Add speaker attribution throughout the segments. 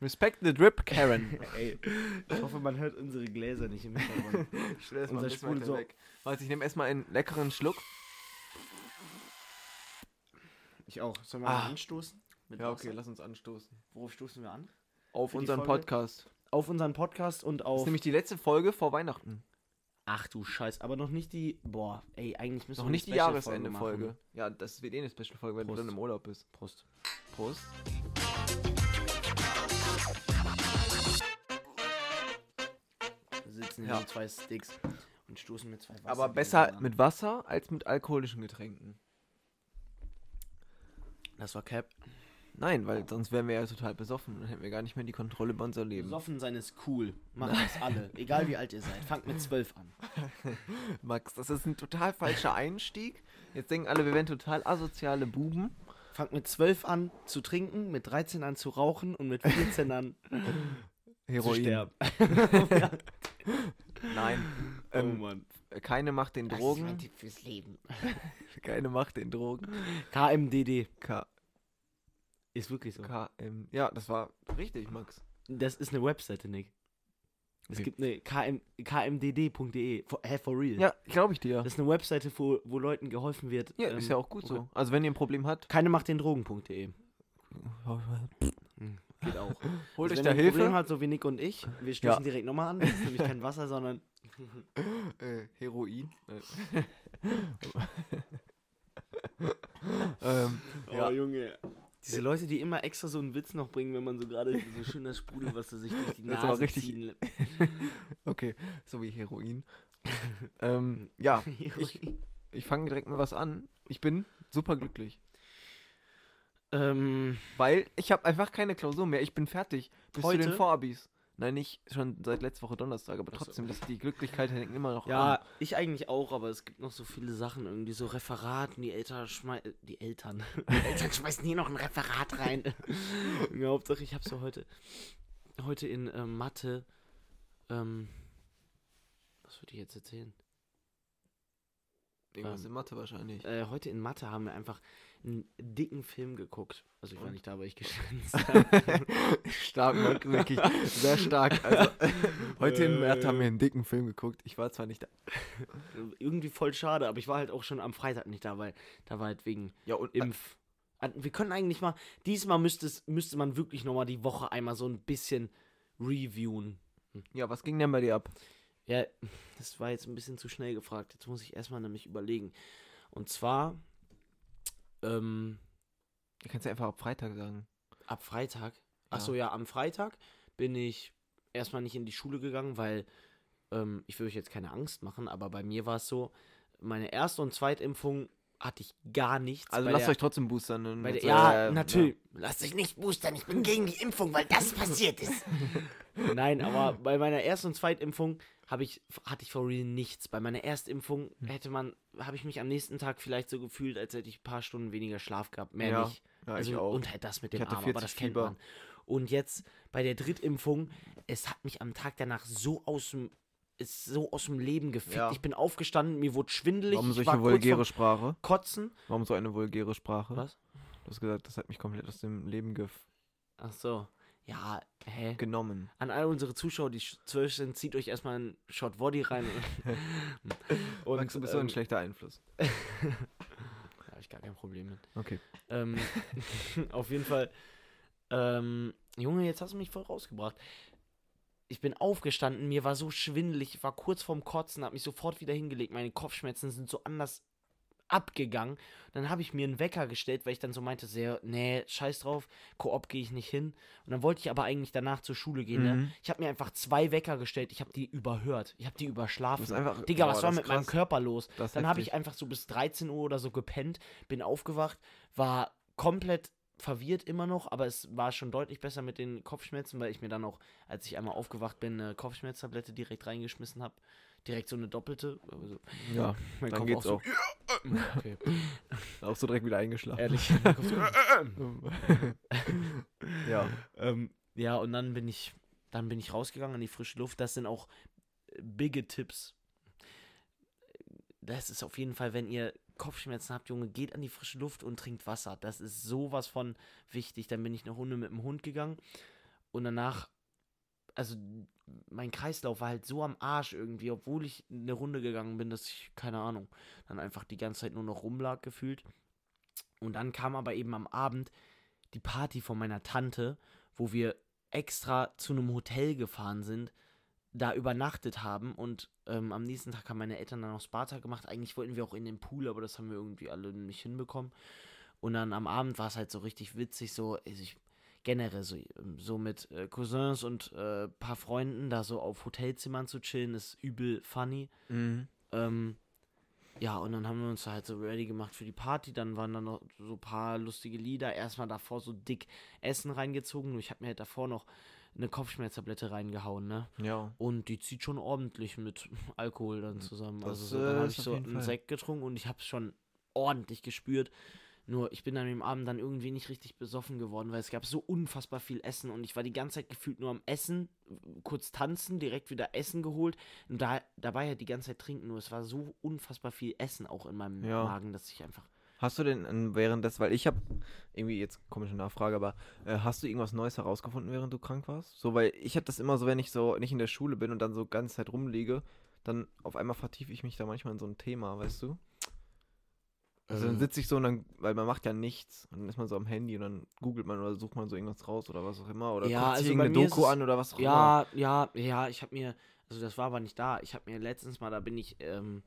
Speaker 1: Respect the Drip, Karen.
Speaker 2: Ey, ich hoffe, man hört unsere Gläser nicht im Hintergrund.
Speaker 1: Stell das mal
Speaker 2: Unser
Speaker 1: ein bisschen weiter
Speaker 2: Spul so-
Speaker 1: weg. Warte, ich nehme erstmal einen leckeren Schluck.
Speaker 2: Ich auch. Sollen wir
Speaker 1: Ah.
Speaker 2: mal anstoßen? Mit
Speaker 1: Ja, okay,
Speaker 2: Wasser?
Speaker 1: lass uns anstoßen.
Speaker 2: Worauf stoßen wir an?
Speaker 1: Auf
Speaker 2: Für die
Speaker 1: unseren
Speaker 2: Folge?
Speaker 1: Podcast.
Speaker 2: Auf unseren Podcast und
Speaker 1: Das
Speaker 2: auf.
Speaker 1: ist nämlich die letzte Folge vor Weihnachten.
Speaker 2: Ach du Scheiß, aber noch nicht die. Boah, ey, eigentlich müssen
Speaker 1: Noch
Speaker 2: wir
Speaker 1: nicht die
Speaker 2: eine Special-Folge
Speaker 1: Jahresende-Folge.
Speaker 2: machen.
Speaker 1: Ja, das wird eh eine Special-Folge, weil
Speaker 2: Prost.
Speaker 1: du dann im Urlaub bist.
Speaker 2: Prost.
Speaker 1: Prost.
Speaker 2: Da sitzen
Speaker 1: Ja.
Speaker 2: hier so zwei Sticks und stoßen mit zwei Wasser.
Speaker 1: Aber besser mit Wasser als mit alkoholischen Getränken.
Speaker 2: Das war Cap.
Speaker 1: Nein, weil sonst wären wir ja total besoffen und dann hätten wir gar nicht mehr die Kontrolle über unser Leben.
Speaker 2: Soffen sein ist cool. Machen das alle. Egal wie alt ihr seid. Fangt mit zwölf an.
Speaker 1: Max, das ist ein total falscher Einstieg. Jetzt denken alle, wir wären total asoziale Buben.
Speaker 2: Fangt mit zwölf an zu trinken, mit 13 an zu rauchen und mit 14 an zu sterben.
Speaker 1: Nein.
Speaker 2: Oh
Speaker 1: Ähm,
Speaker 2: Mann.
Speaker 1: keine macht den
Speaker 2: Das ist mein
Speaker 1: Drogen.
Speaker 2: Tipp fürs Leben.
Speaker 1: Keine macht den Drogen.
Speaker 2: KMDD.
Speaker 1: K
Speaker 2: Ist wirklich so.
Speaker 1: KM. Ja, das war richtig, Max.
Speaker 2: Das ist eine Webseite, Nick. Es
Speaker 1: Wie?
Speaker 2: gibt eine KM, kmdd.de. E. For, hä, for real?
Speaker 1: Ja, glaube ich dir.
Speaker 2: Das ist eine Webseite, wo, wo Leuten geholfen wird. ähm,
Speaker 1: Ja, ist ja auch gut so. Also wenn ihr ein Problem habt,
Speaker 2: Keine macht den Drogen.de. E. Geht auch. Also
Speaker 1: holt euch
Speaker 2: wenn
Speaker 1: da
Speaker 2: ihr ein Problem
Speaker 1: Hilfe.
Speaker 2: hat, so wie Nick und ich, wir stoßen direkt nochmal an. Das ist nämlich kein Wasser, sondern
Speaker 1: Äh, Heroin. Äh. ähm, ja.
Speaker 2: Oh, Junge. Diese Leute, die immer extra so einen Witz noch bringen, wenn man so gerade so schön das Sprudelwasser sich durch die
Speaker 1: Das ist
Speaker 2: Nase
Speaker 1: aber richtig-
Speaker 2: ziehen
Speaker 1: Okay, so wie Heroin. ähm, ja, ich, ich fange direkt mal was an. Ich bin super glücklich,
Speaker 2: ähm,
Speaker 1: weil ich habe einfach keine Klausur mehr. Ich bin fertig. Bis zu
Speaker 2: Heute?
Speaker 1: den Vorabis. Nein, nicht schon seit letzter Woche Donnerstag, aber
Speaker 2: Ach so.
Speaker 1: trotzdem, dass die Glücklichkeit hängt immer noch an.
Speaker 2: Ja, ich eigentlich auch, aber es gibt noch so viele Sachen, irgendwie so Referaten, die Eltern schmeißen, die Eltern, die Eltern schmeißen hier noch ein Referat rein. Junge, Hauptsache, ich habe so heute, heute in ähm, Mathe, ähm, was würde ich jetzt erzählen?
Speaker 1: Irgendwas
Speaker 2: ähm,
Speaker 1: in Mathe wahrscheinlich.
Speaker 2: Äh, heute in Mathe haben wir einfach einen dicken Film geguckt. Also ich war
Speaker 1: Und?
Speaker 2: nicht da, aber ich geschwänzt habe.
Speaker 1: stark, Marc, wirklich sehr stark. Also, heute im März haben wir einen dicken Film geguckt. Ich war zwar nicht da.
Speaker 2: Äh, irgendwie voll schade, aber ich war halt auch schon am Freitag nicht da, weil da war halt wegen
Speaker 1: Ja, und
Speaker 2: Impf. Ah, Wir können eigentlich mal, diesmal müsste, es, müsste man wirklich nochmal die Woche einmal so ein bisschen reviewen.
Speaker 1: äh, ja, was ging denn bei dir ab?
Speaker 2: Ja, das war jetzt ein bisschen zu schnell gefragt. Jetzt muss ich erstmal nämlich überlegen. Und zwar, ähm,
Speaker 1: Du kannst ja einfach ab Freitag sagen.
Speaker 2: ab Freitag. Achso, ja, am Freitag bin ich erstmal nicht in die Schule gegangen, weil ähm, ich will euch jetzt keine Angst machen, aber bei mir war es so, meine Erst- und Zweitimpfung hatte ich gar nichts.
Speaker 1: Also
Speaker 2: bei
Speaker 1: lasst
Speaker 2: der-
Speaker 1: euch trotzdem boostern. und
Speaker 2: Bei der,
Speaker 1: jetzt,
Speaker 2: ja,
Speaker 1: äh,
Speaker 2: natürlich. Lasst euch nicht boostern, ich bin gegen die Impfung, weil das passiert ist. Nein, aber bei meiner Erst- und Zweitimpfung hab ich, hatte ich for real nichts. Bei meiner Erstimpfung hätte man, habe ich mich am nächsten Tag vielleicht so gefühlt, als hätte ich ein paar Stunden weniger Schlaf gehabt. Mehr
Speaker 1: Ja,
Speaker 2: nicht.
Speaker 1: ja,
Speaker 2: also,
Speaker 1: ich auch.
Speaker 2: Und halt das mit dem
Speaker 1: hatte
Speaker 2: Arm, aber
Speaker 1: 40
Speaker 2: das kennt
Speaker 1: Fieber.
Speaker 2: man. Und jetzt bei der Drittimpfung, es hat mich am Tag danach so aus dem ist so aus dem Leben gefickt.
Speaker 1: Ja.
Speaker 2: Ich bin aufgestanden, mir wurde schwindelig.
Speaker 1: Warum
Speaker 2: ich
Speaker 1: solche
Speaker 2: kurz vorm
Speaker 1: vulgäre Sprache?
Speaker 2: Kotzen.
Speaker 1: Warum so eine vulgäre Sprache?
Speaker 2: Was?
Speaker 1: Du hast gesagt, das hat mich komplett aus dem Leben gef
Speaker 2: Ach so. Ja, hä?
Speaker 1: genommen.
Speaker 2: An all unsere Zuschauer, die sch- 12 sind, zieht euch erstmal einen Shot Body rein. und
Speaker 1: Max, du bist so ein
Speaker 2: ähm,
Speaker 1: schlechter Einfluss.
Speaker 2: Da habe ich gar kein Problem mit.
Speaker 1: Okay.
Speaker 2: Ähm, auf jeden Fall. Ähm, Junge, jetzt hast du mich voll rausgebracht. Ich bin aufgestanden, mir war so schwindelig, ich war kurz vorm Kotzen, habe mich sofort wieder hingelegt. Meine Kopfschmerzen sind so anders abgegangen. Dann habe ich mir einen Wecker gestellt, weil ich dann so meinte, sehr, nee, scheiß drauf, Koop gehe ich nicht hin. Und dann wollte ich aber eigentlich danach zur Schule gehen. Ne?
Speaker 1: Mhm.
Speaker 2: Ich habe mir einfach zwei Wecker gestellt, ich habe die überhört, ich habe die überschlafen.
Speaker 1: Das ist einfach-
Speaker 2: Digga,
Speaker 1: boah,
Speaker 2: was war
Speaker 1: das
Speaker 2: mit
Speaker 1: ist
Speaker 2: meinem
Speaker 1: krass.
Speaker 2: Körper los?
Speaker 1: Das ist
Speaker 2: Dann habe ich
Speaker 1: heftig.
Speaker 2: einfach so bis 13 Uhr oder so gepennt, bin aufgewacht, war komplett verwirrt immer noch, aber es war schon deutlich besser mit den Kopfschmerzen, weil ich mir dann auch, als ich einmal aufgewacht bin, eine Kopfschmerztablette direkt reingeschmissen habe. Direkt so eine doppelte. Also
Speaker 1: Ja,
Speaker 2: mein
Speaker 1: dann
Speaker 2: Kopf
Speaker 1: geht's
Speaker 2: so,
Speaker 1: auch.
Speaker 2: "Ja, Okay,
Speaker 1: Auch so direkt wieder eingeschlafen.
Speaker 2: ehrlich. mein Kopf so, äh,
Speaker 1: ja.
Speaker 2: ähm, ja, und dann bin ich, dann bin ich rausgegangen in die frische Luft. Das sind auch äh, bigge Tipps. Das ist auf jeden Fall, wenn ihr Kopfschmerzen habt, Junge, geht an die frische Luft und trinkt Wasser. Das ist sowas von wichtig. Dann bin ich eine Runde mit dem Hund gegangen Und danach, also mein Kreislauf war halt so am Arsch irgendwie, obwohl ich eine Runde gegangen bin, dass ich, keine Ahnung, dann einfach die ganze Zeit nur noch rumlag gefühlt. Und dann kam aber eben am Abend die Party von meiner Tante, wo wir extra zu einem Hotel gefahren sind, da übernachtet haben und ähm, am nächsten Tag haben meine Eltern dann noch Sparta gemacht. Eigentlich wollten wir auch in den Pool, aber das haben wir irgendwie alle nicht hinbekommen. Und dann am Abend war es halt so richtig witzig, so also ich generell so, so mit äh, Cousins und äh, paar Freunden da so auf Hotelzimmern zu chillen, ist übel funny.
Speaker 1: Mhm.
Speaker 2: Ähm, ja, und dann haben wir uns halt so ready gemacht für die Party. Dann waren da noch so ein paar lustige Lieder. Erstmal davor so dick Essen reingezogen. Nur ich habe mir halt davor noch eine Kopfschmerztablette reingehauen, ne?
Speaker 1: Ja.
Speaker 2: Und die zieht schon ordentlich mit Alkohol dann zusammen.
Speaker 1: Mhm. Das,
Speaker 2: also so, dann
Speaker 1: äh,
Speaker 2: habe
Speaker 1: ist
Speaker 2: ich
Speaker 1: auf
Speaker 2: so
Speaker 1: jeden
Speaker 2: einen
Speaker 1: Fall.
Speaker 2: Sekt getrunken und ich habe es schon ordentlich gespürt. Nur ich bin an dem Abend dann irgendwie nicht richtig besoffen geworden, weil es gab so unfassbar viel Essen und ich war die ganze Zeit gefühlt nur am Essen, kurz tanzen, direkt wieder Essen geholt und da, dabei halt die ganze Zeit trinken. Nur es war so unfassbar viel Essen auch in meinem
Speaker 1: Ja.
Speaker 2: Magen, dass ich einfach.
Speaker 1: Hast du denn ähm, während des, weil ich habe irgendwie jetzt komische Nachfrage, aber äh, hast du irgendwas Neues herausgefunden, während du krank warst? So, weil ich habe das immer so, wenn ich so nicht in der Schule bin und dann so ganze Zeit rumliege, dann auf einmal vertiefe ich mich da manchmal in so ein Thema, weißt du? Also
Speaker 2: Ähm.
Speaker 1: dann sitze ich so und dann, weil man macht ja nichts und dann ist man so am Handy und dann googelt man oder sucht man so irgendwas raus oder was auch immer oder
Speaker 2: Ja,
Speaker 1: guckt
Speaker 2: also
Speaker 1: sich
Speaker 2: bei
Speaker 1: irgendeine
Speaker 2: mir ist
Speaker 1: Doku
Speaker 2: es-
Speaker 1: an oder was auch immer.
Speaker 2: Ja, ja, ja, ich habe mir, also das war aber nicht da. Ich habe mir letztens mal, da bin ich, ähm,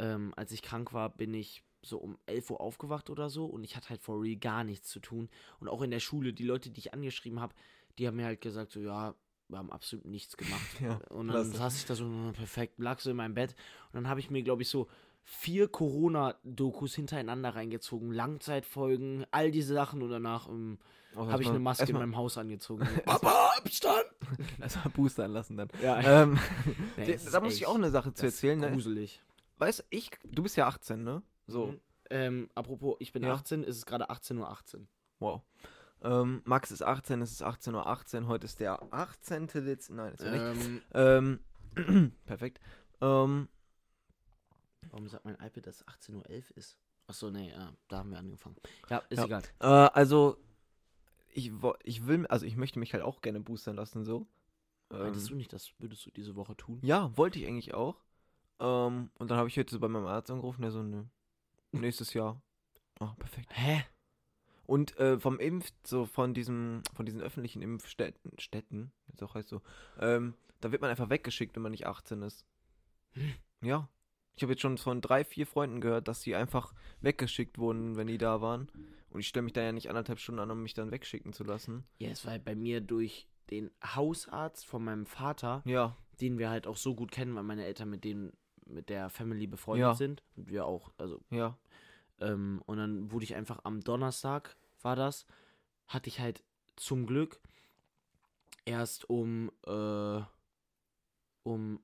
Speaker 2: ähm, als ich krank war, bin ich so um 11 Uhr aufgewacht oder so und ich hatte halt for real gar nichts zu tun. Und auch in der Schule, die Leute, die ich angeschrieben habe, die haben mir halt gesagt, so ja, wir haben absolut nichts gemacht.
Speaker 1: Ja,
Speaker 2: Und dann
Speaker 1: klasse.
Speaker 2: saß ich da so, mm, perfekt, lag so in meinem Bett. Und dann habe ich mir, glaube ich, so vier Corona-Dokus hintereinander reingezogen. Langzeitfolgen, all diese Sachen. Und danach ähm,
Speaker 1: Also
Speaker 2: habe ich
Speaker 1: erstmal-
Speaker 2: eine Maske in
Speaker 1: erstmal-
Speaker 2: meinem Haus angezogen. Papa, Abstand!
Speaker 1: Erstmal boostern lassen dann.
Speaker 2: Ja,
Speaker 1: ähm, da muss ich auch eine Sache zu erzählen. Ne?
Speaker 2: Gruselig.
Speaker 1: Weißt du, ich, du bist ja 18, ne? So.
Speaker 2: Mhm. Ähm, apropos, ich bin
Speaker 1: Ja.
Speaker 2: 18, ist es ist gerade 18.18 Uhr. 18.
Speaker 1: Wow. Ähm, Max ist 18, es ist 18.18 Uhr. 18. Heute ist der 18. Dezember. Nein, ist er nicht.
Speaker 2: Ähm,
Speaker 1: Ähm, perfekt. Ähm,
Speaker 2: warum sagt mein iPad, dass es 18.11 Uhr ist? Achso, nee, ja, da haben wir angefangen. Ja, ist
Speaker 1: Ja.
Speaker 2: egal.
Speaker 1: äh, also, ich, wo- ich will, also ich möchte mich halt auch gerne boostern lassen, so.
Speaker 2: Meintest du
Speaker 1: Ähm,
Speaker 2: nicht, das würdest du diese Woche tun?
Speaker 1: ja, wollte ich eigentlich auch. Ähm, und dann habe ich heute so bei meinem Arzt angerufen, der so, nö. Nächstes Jahr. Ah, perfekt.
Speaker 2: Hä?
Speaker 1: Und äh, vom Impf, so von diesem, von diesen öffentlichen Impfstätten, Städten, jetzt auch heißt so, ähm, da wird man einfach weggeschickt, wenn man nicht 18 ist.
Speaker 2: Hm.
Speaker 1: Ja. Ich habe jetzt schon von drei, vier Freunden gehört, dass sie einfach weggeschickt wurden, wenn die da waren. Und ich stelle mich da ja nicht anderthalb Stunden an, um mich dann wegschicken zu lassen.
Speaker 2: Ja, es war halt bei mir durch den Hausarzt von meinem Vater,
Speaker 1: Ja,
Speaker 2: den wir halt auch so gut kennen, weil meine Eltern mit denen, mit der Family befreundet
Speaker 1: Ja.
Speaker 2: sind. Und wir auch, also
Speaker 1: ja.
Speaker 2: Ähm, und dann wurde ich einfach am Donnerstag, war das, hatte ich halt zum Glück erst um, äh, um,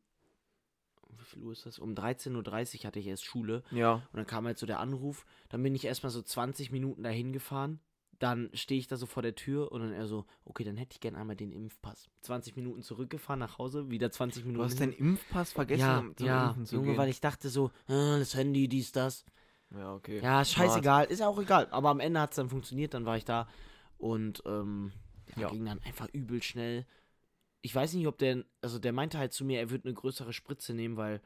Speaker 2: wie viel Uhr ist das? Um 13.30 Uhr hatte ich erst Schule.
Speaker 1: Ja.
Speaker 2: Und dann kam halt so der Anruf. Dann bin ich erstmal so 20 Minuten dahin gefahren. Dann stehe ich da so vor der Tür und dann er so, okay, dann hätte ich gern einmal den Impfpass. 20 Minuten zurückgefahren nach Hause, wieder 20 Minuten.
Speaker 1: Du hast
Speaker 2: hin-
Speaker 1: deinen Impfpass vergessen,
Speaker 2: ja,
Speaker 1: um zum
Speaker 2: ja,
Speaker 1: Impfen zu
Speaker 2: Junge,
Speaker 1: gehen.
Speaker 2: weil ich dachte so, ah, das Handy, dies, das.
Speaker 1: ja, okay.
Speaker 2: Ja, ist scheißegal, ist ja auch egal. Aber am Ende hat es dann funktioniert, dann war ich da und ähm, ja,
Speaker 1: Ja.
Speaker 2: ging dann einfach übel schnell. Ich weiß nicht, ob der, also der meinte halt zu mir, er würde eine größere Spritze nehmen, weil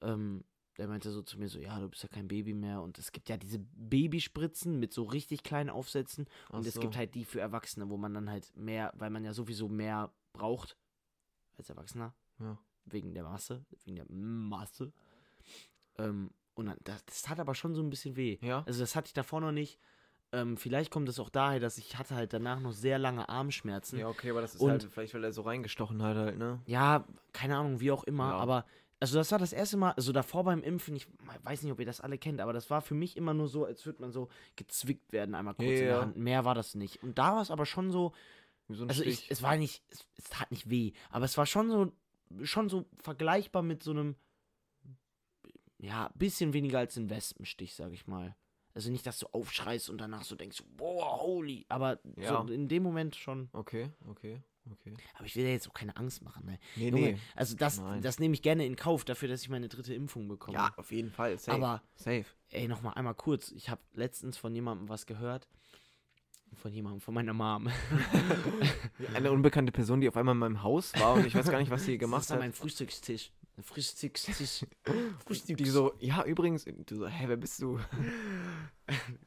Speaker 2: ähm, der meinte so zu mir so, ja, du bist ja kein Baby mehr und es gibt ja diese Babyspritzen mit so richtig kleinen Aufsätzen und es gibt halt die für Erwachsene, wo man dann halt mehr, weil man ja sowieso mehr braucht als Erwachsener.
Speaker 1: Ja.
Speaker 2: Wegen der Masse, wegen der Masse. Ähm, und dann, das, das hat aber schon so ein bisschen weh.
Speaker 1: Ja.
Speaker 2: Also das hatte ich davor noch nicht. Ähm, vielleicht kommt es auch daher, dass ich hatte halt danach noch sehr lange Armschmerzen. Ja,
Speaker 1: Ja, okay, aber das ist
Speaker 2: Und-
Speaker 1: halt vielleicht, weil er so reingestochen hat halt, ne?
Speaker 2: keine Ahnung, wie auch immer.
Speaker 1: Ja.
Speaker 2: Aber also das war das erste Mal, also davor beim Impfen, ich weiß nicht, ob ihr das alle kennt, aber das war für mich immer nur so, als würde man so gezwickt werden, einmal kurz in der
Speaker 1: Ja.
Speaker 2: Hand. Mehr war das nicht. Und da war es aber schon so,
Speaker 1: Wie so ein
Speaker 2: also
Speaker 1: Stich.
Speaker 2: ich, es war nicht, es, es tat nicht weh, aber es war schon so, schon so vergleichbar mit so einem, ja, bisschen weniger als ein Wespenstich, sag ich mal. Also nicht, dass du aufschreist und danach so denkst, boah, holy, aber
Speaker 1: Ja.
Speaker 2: so in dem Moment schon.
Speaker 1: okay, okay, okay.
Speaker 2: Aber ich will dir jetzt auch keine Angst machen, ne?
Speaker 1: Nee,
Speaker 2: Junge, also das,
Speaker 1: Nein.
Speaker 2: das nehme ich gerne in Kauf dafür, dass ich meine dritte Impfung bekomme.
Speaker 1: Ja, auf jeden Fall. Safe.
Speaker 2: aber
Speaker 1: safe.
Speaker 2: ey, nochmal einmal kurz. Ich habe letztens von jemandem was gehört. Von jemandem, von meiner Mom.
Speaker 1: Eine unbekannte Person, die auf einmal in meinem Haus war und ich weiß gar nicht, was sie hier
Speaker 2: Das
Speaker 1: gemacht
Speaker 2: ist an
Speaker 1: hat.
Speaker 2: meinem Frühstückstisch. Ein Frühstückstisch.
Speaker 1: Die so, ja, übrigens, und du so, hä, wer bist du?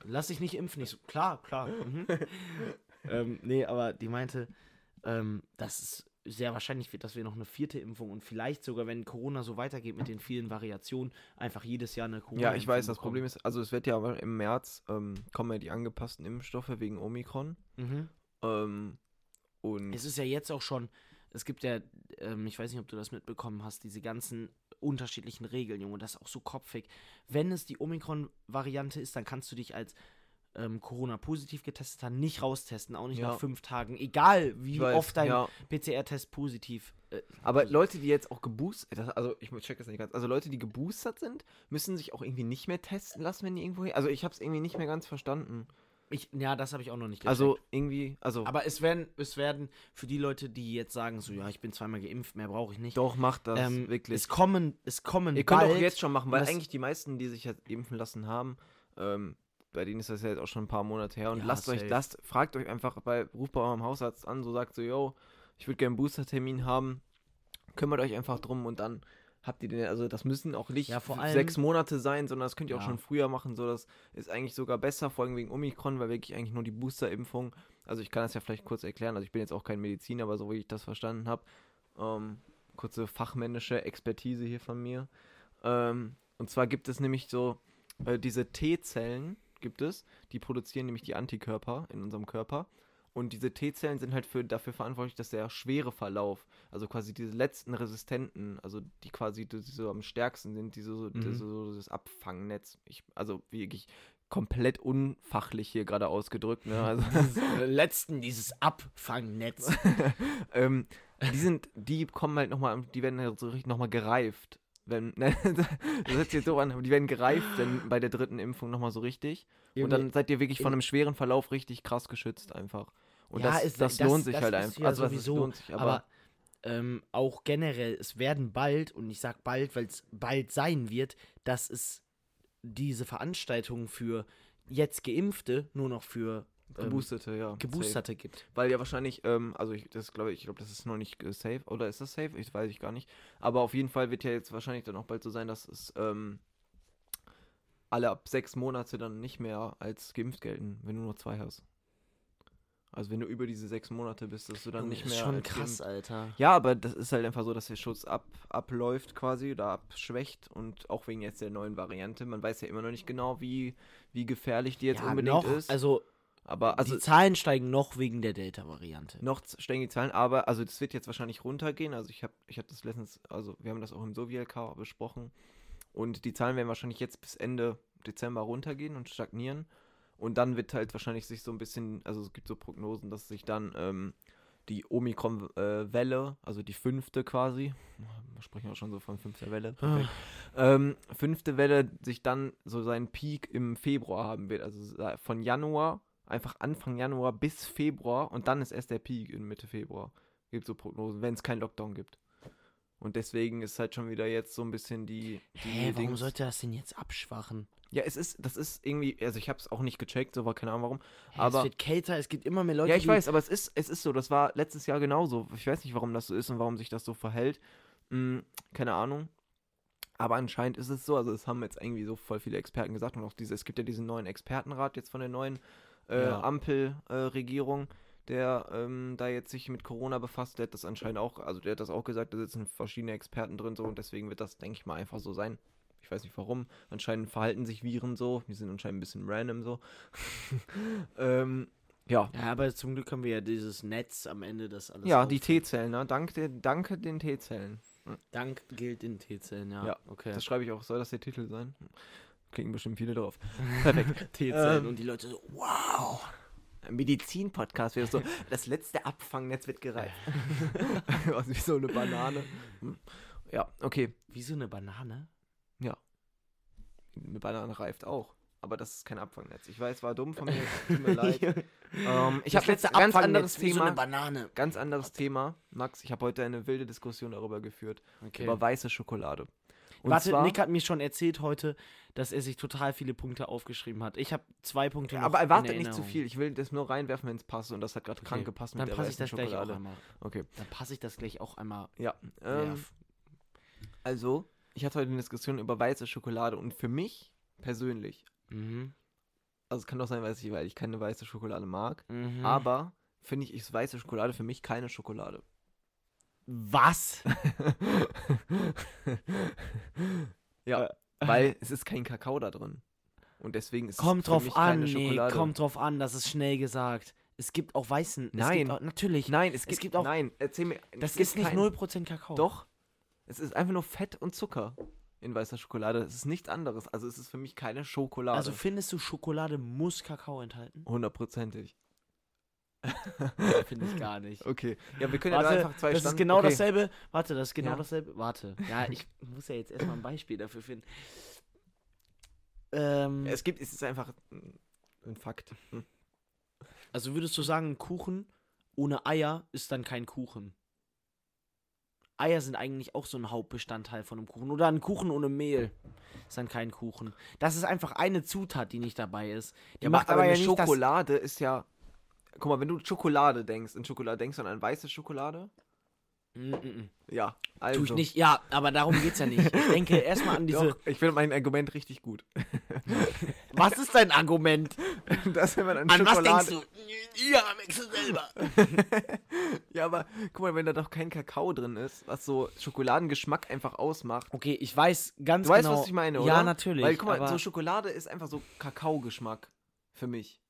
Speaker 2: Lass dich nicht impfen. Ich so, klar, klar. Mhm. ähm, nee, aber die meinte, ähm, dass es sehr wahrscheinlich wird, dass wir noch eine vierte Impfung und vielleicht sogar, wenn Corona so weitergeht mit den vielen Variationen, einfach jedes Jahr eine corona
Speaker 1: Ja, ich weiß, das Problem ist, also es wird ja aber im März, ähm, kommen ja die angepassten Impfstoffe wegen Omikron.
Speaker 2: Mhm.
Speaker 1: Ähm, und
Speaker 2: Es ist ja jetzt auch schon, es gibt ja, ähm, ich weiß nicht, ob du das mitbekommen hast, diese ganzen unterschiedlichen Regeln, Junge, das ist auch so kopfig. Wenn es die Omikron-Variante ist, dann kannst du dich als ähm, Corona-positiv getesteter nicht raustesten, auch nicht
Speaker 1: Ja.
Speaker 2: nach fünf Tagen, egal wie
Speaker 1: ich weiß,
Speaker 2: oft dein
Speaker 1: ja.
Speaker 2: PCR-Test positiv. Äh,
Speaker 1: Aber Leute, die jetzt auch geboostert, das- also ich check das nicht ganz, also Leute, die geboostert sind, müssen sich auch irgendwie nicht mehr testen lassen, wenn die irgendwo hin. Also ich habe es irgendwie nicht mehr ganz verstanden.
Speaker 2: ich, ja, das habe ich auch noch nicht gecheckt.
Speaker 1: Also irgendwie, also
Speaker 2: aber es werden, es werden für die Leute, die jetzt sagen, so ja, ich bin zweimal geimpft, mehr brauche ich nicht.
Speaker 1: doch macht das
Speaker 2: ähm,
Speaker 1: wirklich.
Speaker 2: Es kommen, es kommen
Speaker 1: Ihr könnt auch
Speaker 2: bald-
Speaker 1: jetzt schon machen, weil
Speaker 2: das-
Speaker 1: eigentlich die meisten, die sich jetzt impfen lassen haben, ähm, bei denen ist das ja jetzt auch schon ein paar Monate her und
Speaker 2: Ja,
Speaker 1: lasst euch,
Speaker 2: safe.
Speaker 1: lasst, fragt euch einfach bei, ruft bei eurem Hausarzt an, so sagt so, yo, ich würde gerne einen Boostertermin haben, kümmert euch einfach drum und dann habt ihr den, also das müssen auch nicht
Speaker 2: Ja, vor
Speaker 1: f-
Speaker 2: allem-
Speaker 1: sechs Monate sein, sondern das könnt ihr auch
Speaker 2: Ja.
Speaker 1: schon früher machen, so das ist eigentlich sogar besser, vor allem wegen Omikron, weil wirklich eigentlich nur die Boosterimpfung, also ich kann das ja vielleicht kurz erklären, also ich bin jetzt auch kein Mediziner, aber so wie ich das verstanden habe, ähm, kurze fachmännische Expertise hier von mir. Ähm, und zwar gibt es nämlich so äh, diese T-Zellen, gibt es, die produzieren nämlich die Antikörper in unserem Körper. Und diese T-Zellen sind halt für, dafür verantwortlich, dass der schwere Verlauf, also quasi diese letzten Resistenten, also die quasi die so am stärksten sind, diese so,
Speaker 2: Mhm.
Speaker 1: diese, so das Abfangnetz. Ich, also wirklich komplett unfachlich hier gerade ausgedrückt. Ne? Also,
Speaker 2: letzten dieses Abfangnetz.
Speaker 1: ähm, die sind, die kommen halt nochmal, die werden halt so richtig nochmal gereift. Wenn, ne, das hört sich jetzt so an, aber die werden gereift dann bei der dritten Impfung nochmal so richtig. Und dann seid ihr wirklich von einem schweren Verlauf richtig krass geschützt einfach. Und
Speaker 2: äh, Ja,
Speaker 1: das,
Speaker 2: ist-
Speaker 1: das,
Speaker 2: das-
Speaker 1: lohnt sich
Speaker 2: das
Speaker 1: halt
Speaker 2: ist
Speaker 1: einfach.
Speaker 2: ja
Speaker 1: also das
Speaker 2: sowieso,
Speaker 1: lohnt sich, aber,
Speaker 2: aber ähm, auch generell, es werden bald, und ich sag bald, weil es bald sein wird, dass es diese Veranstaltungen für jetzt Geimpfte nur noch für ähm,
Speaker 1: geboosterte, ja. safe.
Speaker 2: Geboosterte gibt.
Speaker 1: Weil ja wahrscheinlich, ähm, also ich das glaube ich, glaube das ist noch nicht äh, safe oder ist das safe? Ich weiß ich gar nicht. Aber auf jeden Fall wird ja jetzt wahrscheinlich dann auch bald so sein, dass es ähm, alle ab sechs Monate dann nicht mehr als geimpft gelten, wenn du nur zwei hast. Also wenn du über diese sechs Monate bist, dass du dann
Speaker 2: Junge,
Speaker 1: nicht
Speaker 2: Hm, ist
Speaker 1: mehr.
Speaker 2: schon
Speaker 1: als
Speaker 2: krass,
Speaker 1: geimpft-
Speaker 2: Alter.
Speaker 1: Ja, aber das ist halt einfach so, dass der Schutz ab, abläuft quasi oder abschwächt und auch wegen jetzt der neuen Variante. Man weiß ja immer noch nicht genau, wie, wie gefährlich die jetzt
Speaker 2: ja,
Speaker 1: unbedingt
Speaker 2: noch,
Speaker 1: ist.
Speaker 2: Also,
Speaker 1: aber also
Speaker 2: die Zahlen steigen noch wegen der Delta-Variante.
Speaker 1: noch z- steigen die Zahlen, aber also das wird jetzt wahrscheinlich runtergehen. Also ich habe ich hab das letztens, also wir haben das auch im SoviLK besprochen. Und die Zahlen werden wahrscheinlich jetzt bis Ende Dezember runtergehen und stagnieren. Und dann wird halt wahrscheinlich sich so ein bisschen, also es gibt so Prognosen, dass sich dann ähm, die Omikron-Welle, also die fünfte quasi, wir sprechen auch schon so von fünfter Welle, perfekt, ähm, fünfte Welle sich dann so seinen Peak im Februar haben wird. Also sa- von Januar, einfach Anfang Januar bis Februar und dann ist erst der Peak in Mitte Februar. Gibt so Prognosen, wenn es keinen Lockdown gibt. Und deswegen ist halt schon wieder jetzt so ein bisschen die. die
Speaker 2: Hä, warum
Speaker 1: Dings-
Speaker 2: sollte das denn jetzt abschwachen?
Speaker 1: Ja, es ist, das ist irgendwie, also ich habe es auch nicht gecheckt, so war keine Ahnung warum.
Speaker 2: Hä,
Speaker 1: Aber-
Speaker 2: es wird kälter, es gibt immer mehr Leute,
Speaker 1: ja, ich
Speaker 2: die
Speaker 1: weiß, aber es ist, es ist so. Das war letztes Jahr genauso. Ich weiß nicht, warum das so ist und warum sich das so verhält. Hm, keine Ahnung. Aber anscheinend ist es so. Also, es haben jetzt irgendwie so voll viele Experten gesagt. Und auch diese, es gibt ja diesen neuen Expertenrat jetzt von der neuen äh,
Speaker 2: Ja.
Speaker 1: Ampelregierung, der ähm, da jetzt sich mit Corona befasst. Der hat das anscheinend auch, also der hat das auch gesagt. Da sitzen verschiedene Experten drin so. Und deswegen wird das, denke ich mal, einfach so sein. Ich weiß nicht warum. Anscheinend verhalten sich Viren so. Die sind anscheinend ein bisschen random so. ähm, ja,
Speaker 2: Ja, aber zum Glück haben wir ja dieses Netz am Ende, das alles.
Speaker 1: ja, die
Speaker 2: auffängt.
Speaker 1: T-Zellen, ne? Dank der, danke den T-Zellen.
Speaker 2: Dank gilt in T-Zellen, ja.
Speaker 1: Ja,
Speaker 2: okay.
Speaker 1: Das schreibe ich auch. Soll das der Titel sein? Klicken bestimmt viele drauf.
Speaker 2: T-Zellen
Speaker 1: Ähm,
Speaker 2: und die Leute so, wow.
Speaker 1: Medizin-Podcast wäre so, das letzte Abfangnetz wird gereift. also wie so eine Banane. Hm. Ja, okay.
Speaker 2: Wie so eine Banane?
Speaker 1: Eine Banane reift auch. Aber das ist kein Abfangnetz. Ich weiß, war dumm von mir. Tut mir leid. Ähm, ich
Speaker 2: Das
Speaker 1: habe jetzt ein
Speaker 2: letzte
Speaker 1: ganz
Speaker 2: Abfangnetz
Speaker 1: anderes
Speaker 2: wie so eine
Speaker 1: Thema.
Speaker 2: Banane.
Speaker 1: Ganz anderes Thema. Max, ich habe heute eine wilde Diskussion darüber geführt.
Speaker 2: Okay.
Speaker 1: Über weiße Schokolade. Und
Speaker 2: Warte,
Speaker 1: zwar-
Speaker 2: Nick hat mir schon erzählt heute, dass er sich total viele Punkte aufgeschrieben hat. Ich habe zwei Punkte noch
Speaker 1: Aber
Speaker 2: in
Speaker 1: erwartet nicht zu
Speaker 2: Erinnerung.
Speaker 1: viel. Ich will das nur reinwerfen, wenn es passt. Und das hat gerade
Speaker 2: Okay,
Speaker 1: krank gepasst mit
Speaker 2: Dann
Speaker 1: der
Speaker 2: passe ich
Speaker 1: weißen
Speaker 2: das gleich auch
Speaker 1: Schokolade.
Speaker 2: einmal.
Speaker 1: Okay.
Speaker 2: Dann passe ich das gleich auch einmal.
Speaker 1: Ja.
Speaker 2: Ja.
Speaker 1: Ähm, Also, ich hatte heute eine Diskussion über weiße Schokolade. Und für mich persönlich,
Speaker 2: Mhm.
Speaker 1: also es kann doch sein, weiß ich, weil ich keine weiße Schokolade mag.
Speaker 2: Mhm.
Speaker 1: Aber finde ich, ist weiße Schokolade für mich keine Schokolade.
Speaker 2: was?
Speaker 1: ja,
Speaker 2: Äh.
Speaker 1: weil es ist kein Kakao da drin. Und deswegen ist es
Speaker 2: Kommt
Speaker 1: für mich
Speaker 2: drauf an,
Speaker 1: keine
Speaker 2: nee,
Speaker 1: Schokolade.
Speaker 2: kommt drauf an, das ist schnell gesagt. Es gibt auch weißen. Es
Speaker 1: Nein.
Speaker 2: gibt auch, natürlich.
Speaker 1: Nein, es gibt,
Speaker 2: gibt auch-
Speaker 1: Nein, erzähl mir.
Speaker 2: das
Speaker 1: es gibt
Speaker 2: ist nicht
Speaker 1: kein-
Speaker 2: 0% Kakao.
Speaker 1: Doch. Es ist einfach nur Fett und Zucker in weißer Schokolade. Es ist nichts anderes. Also es ist für mich keine Schokolade.
Speaker 2: Also findest du, Schokolade muss Kakao enthalten?
Speaker 1: hundertprozentig.
Speaker 2: Finde ich gar nicht.
Speaker 1: Okay. Ja, wir können ja
Speaker 2: Warte,
Speaker 1: da einfach zwei
Speaker 2: das ist
Speaker 1: Stand-
Speaker 2: genau
Speaker 1: okay.
Speaker 2: dasselbe. Warte, das ist genau
Speaker 1: Ja.
Speaker 2: dasselbe. Warte. Ja, ich muss ja jetzt erstmal ein Beispiel dafür finden. Ähm,
Speaker 1: Es gibt, es ist einfach mm, ein Fakt. Hm.
Speaker 2: also würdest du sagen, ein Kuchen ohne Eier ist dann kein Kuchen? Eier sind eigentlich auch so ein Hauptbestandteil von einem Kuchen. Oder ein Kuchen ohne Mehl ist dann kein Kuchen. Das ist einfach eine Zutat, die nicht dabei ist. Die
Speaker 1: Ja,
Speaker 2: macht aber, ja
Speaker 1: eine
Speaker 2: nicht das...
Speaker 1: Schokolade ist ja. Guck mal, wenn du Schokolade denkst, in Schokolade denkst du an eine weiße Schokolade?
Speaker 2: Mm, mm, mm.
Speaker 1: Ja, also.
Speaker 2: Tue ich nicht. Ja, aber darum geht's ja nicht. Ich denke erstmal an diese...
Speaker 1: Doch, ich finde mein Argument richtig gut.
Speaker 2: Was ist dein Argument?
Speaker 1: Dass wenn man an,
Speaker 2: An was
Speaker 1: Schokolade,
Speaker 2: denkst du? Ja, am Excel selber.
Speaker 1: Ja, aber guck mal, wenn da doch kein Kakao drin ist, was so Schokoladengeschmack einfach ausmacht.
Speaker 2: Okay, ich weiß ganz
Speaker 1: Du weißt,
Speaker 2: genau.
Speaker 1: was ich meine, oder?
Speaker 2: Ja, natürlich.
Speaker 1: Weil guck mal,
Speaker 2: aber
Speaker 1: so Schokolade ist einfach so Kakaogeschmack für mich.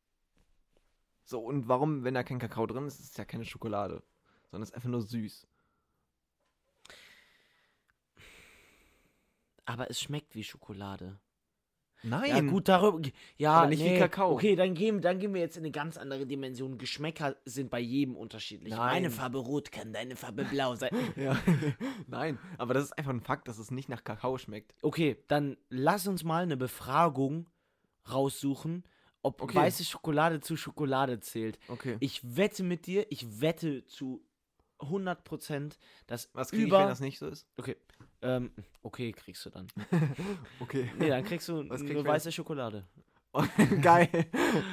Speaker 1: So, und warum, wenn da kein Kakao drin ist, ist es ja keine Schokolade, sondern es ist einfach nur süß.
Speaker 2: aber es schmeckt wie Schokolade.
Speaker 1: Nein.
Speaker 2: Ja, gut, darüber. Ja,
Speaker 1: Aber nicht wie
Speaker 2: nee.
Speaker 1: Kakao.
Speaker 2: Okay, dann gehen, dann gehen wir jetzt in eine ganz andere Dimension. Geschmäcker sind bei jedem unterschiedlich.
Speaker 1: Nein.
Speaker 2: Meine Farbe rot kann deine Farbe blau sein.
Speaker 1: Ja. Nein, aber das ist einfach ein Fakt, dass es nicht nach Kakao schmeckt.
Speaker 2: Okay, dann lass uns mal eine Befragung raussuchen, ob
Speaker 1: Okay.
Speaker 2: weiße Schokolade zu Schokolade zählt.
Speaker 1: Okay.
Speaker 2: Ich wette mit dir, ich wette zu 100%, dass
Speaker 1: Was kriege ich,
Speaker 2: über...
Speaker 1: wenn das nicht so ist?
Speaker 2: okay, ähm, okay, kriegst du dann.
Speaker 1: Okay.
Speaker 2: Nee, dann kriegst du
Speaker 1: Was krieg ich,
Speaker 2: eine
Speaker 1: wenn
Speaker 2: weiße Schokolade.
Speaker 1: Geil.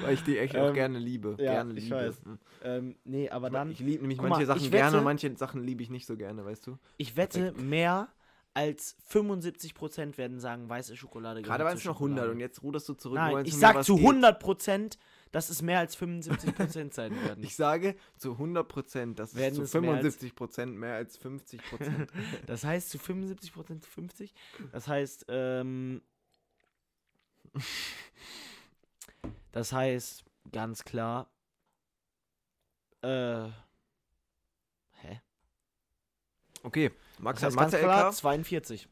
Speaker 1: Weil ich die echt auch
Speaker 2: Ähm,
Speaker 1: gerne liebe.
Speaker 2: ja,
Speaker 1: gerne
Speaker 2: ich
Speaker 1: liebe.
Speaker 2: weiß. Ähm, nee, aber
Speaker 1: Ich mein,
Speaker 2: dann.
Speaker 1: ich liebe nämlich
Speaker 2: Guck
Speaker 1: manche
Speaker 2: mal,
Speaker 1: Sachen
Speaker 2: ich
Speaker 1: gerne
Speaker 2: wette-
Speaker 1: und manche Sachen liebe ich nicht so gerne, weißt du?
Speaker 2: Ich wette, mehr als 75% werden sagen, weiße Schokolade.
Speaker 1: Gerade
Speaker 2: gehört
Speaker 1: waren es
Speaker 2: zur
Speaker 1: noch 100
Speaker 2: Schokolade.
Speaker 1: und jetzt ruderst du zurück. nur
Speaker 2: Nein,
Speaker 1: weil's
Speaker 2: ich
Speaker 1: um
Speaker 2: sag
Speaker 1: was
Speaker 2: zu
Speaker 1: geht.
Speaker 2: 100%, dass es mehr als 75% sein werden.
Speaker 1: Ich sage zu 100 Prozent, das
Speaker 2: Werden
Speaker 1: ist
Speaker 2: es
Speaker 1: zu
Speaker 2: mehr als-
Speaker 1: 75 Prozent mehr als 50 Prozent.
Speaker 2: das heißt, zu 75% zu 50. Das heißt, ähm. Das heißt, ganz klar. Äh. Hä?
Speaker 1: okay,
Speaker 2: Das
Speaker 1: Max hat
Speaker 2: heißt, ganz
Speaker 1: Mathe
Speaker 2: klar,
Speaker 1: LK.
Speaker 2: 42%.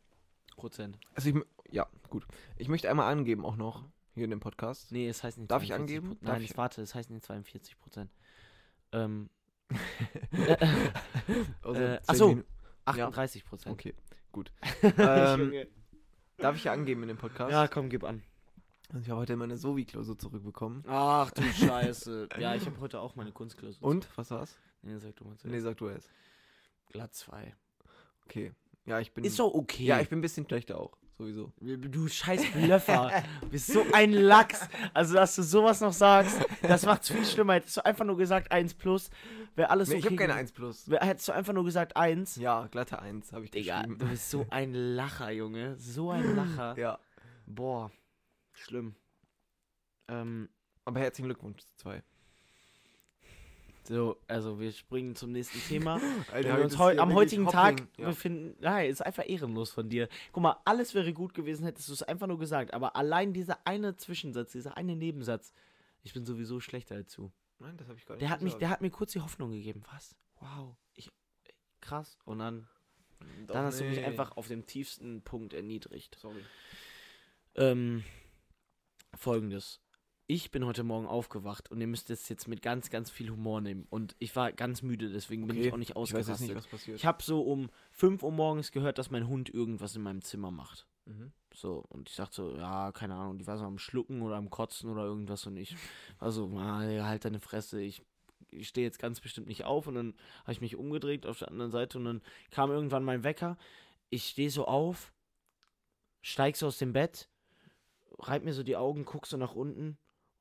Speaker 2: Prozent.
Speaker 1: Also ich, m- ja, gut. Ich möchte einmal angeben auch noch hier in dem Podcast.
Speaker 2: Nee, es heißt nicht.
Speaker 1: Darf ich
Speaker 2: 42%.
Speaker 1: angeben?
Speaker 2: Nein,
Speaker 1: Darf
Speaker 2: ich,
Speaker 1: ich-
Speaker 2: warte, es heißt nicht 42 Prozent. Ähm,
Speaker 1: Äh, Also
Speaker 2: Äh,
Speaker 1: zehn
Speaker 2: ach so.
Speaker 1: Minuten-
Speaker 2: 38 Prozent.
Speaker 1: Okay, gut. ähm, darf ich hier angeben in dem Podcast?
Speaker 2: ja, komm, gib an.
Speaker 1: Also ich habe heute meine Sovi-Klausur zurückbekommen.
Speaker 2: Ach du Scheiße. ja, ich habe heute auch meine Kunstklausur.
Speaker 1: Und, was war's?
Speaker 2: Nee, sag du mal zuerst.
Speaker 1: Nee, sag du erst.
Speaker 2: Glatt 2.
Speaker 1: Okay. Ja, ich bin...
Speaker 2: Ist doch okay.
Speaker 1: ja, ich bin ein bisschen schlechter auch, sowieso.
Speaker 2: du scheiß Blöffer. bist so ein Lachs. Also, dass du sowas noch sagst, das macht's viel schlimmer. Hättest du einfach nur gesagt 1 plus, wäre alles
Speaker 1: Nee,
Speaker 2: okay.
Speaker 1: ich habe keine
Speaker 2: gewesen.
Speaker 1: 1 plus.
Speaker 2: Wär- Hättest du einfach nur gesagt 1.
Speaker 1: Ja, glatte 1 habe ich
Speaker 2: Digga,
Speaker 1: geschrieben.
Speaker 2: du bist so ein Lacher, Junge. So ein Lacher.
Speaker 1: Ja,
Speaker 2: Boah, schlimm. Ähm,
Speaker 1: aber herzlichen Glückwunsch zu 2.
Speaker 2: so, also wir springen zum nächsten Thema.
Speaker 1: Alter,
Speaker 2: Wenn wir uns heu am heutigen Tag befinden. Nein, ist einfach ehrenlos von dir. Guck mal, alles wäre gut gewesen, hättest du es einfach nur gesagt. Aber allein dieser eine Zwischensatz, dieser eine Nebensatz, ich bin sowieso schlechter als du.
Speaker 1: Nein, das habe ich gar nicht
Speaker 2: Der hat mich, der hat mir kurz die Hoffnung gegeben. Was? Wow, ich, krass. Und dann, dann hast du mich einfach auf dem tiefsten Punkt erniedrigt.
Speaker 1: Sorry.
Speaker 2: Ähm, Folgendes. Ich bin heute Morgen aufgewacht und ihr müsst es jetzt mit ganz, ganz viel Humor nehmen. Und ich war ganz müde, deswegen bin ich auch nicht
Speaker 1: Ich weiß jetzt nicht,
Speaker 2: ausgerastet.
Speaker 1: was passiert.
Speaker 2: Ich, hab habe so um 5 Uhr morgens gehört, dass mein Hund irgendwas in meinem Zimmer macht.
Speaker 1: mhm.
Speaker 2: So, und ich sagte so, ja, keine Ahnung, die war so am Schlucken oder am Kotzen oder irgendwas und ich war so, "Ah, halt deine Fresse, ich, ich stehe jetzt ganz bestimmt nicht auf und dann habe ich mich umgedreht auf der anderen Seite und dann kam irgendwann mein Wecker, ich stehe so auf, steig so aus dem Bett, reib mir so die Augen, guck so nach unten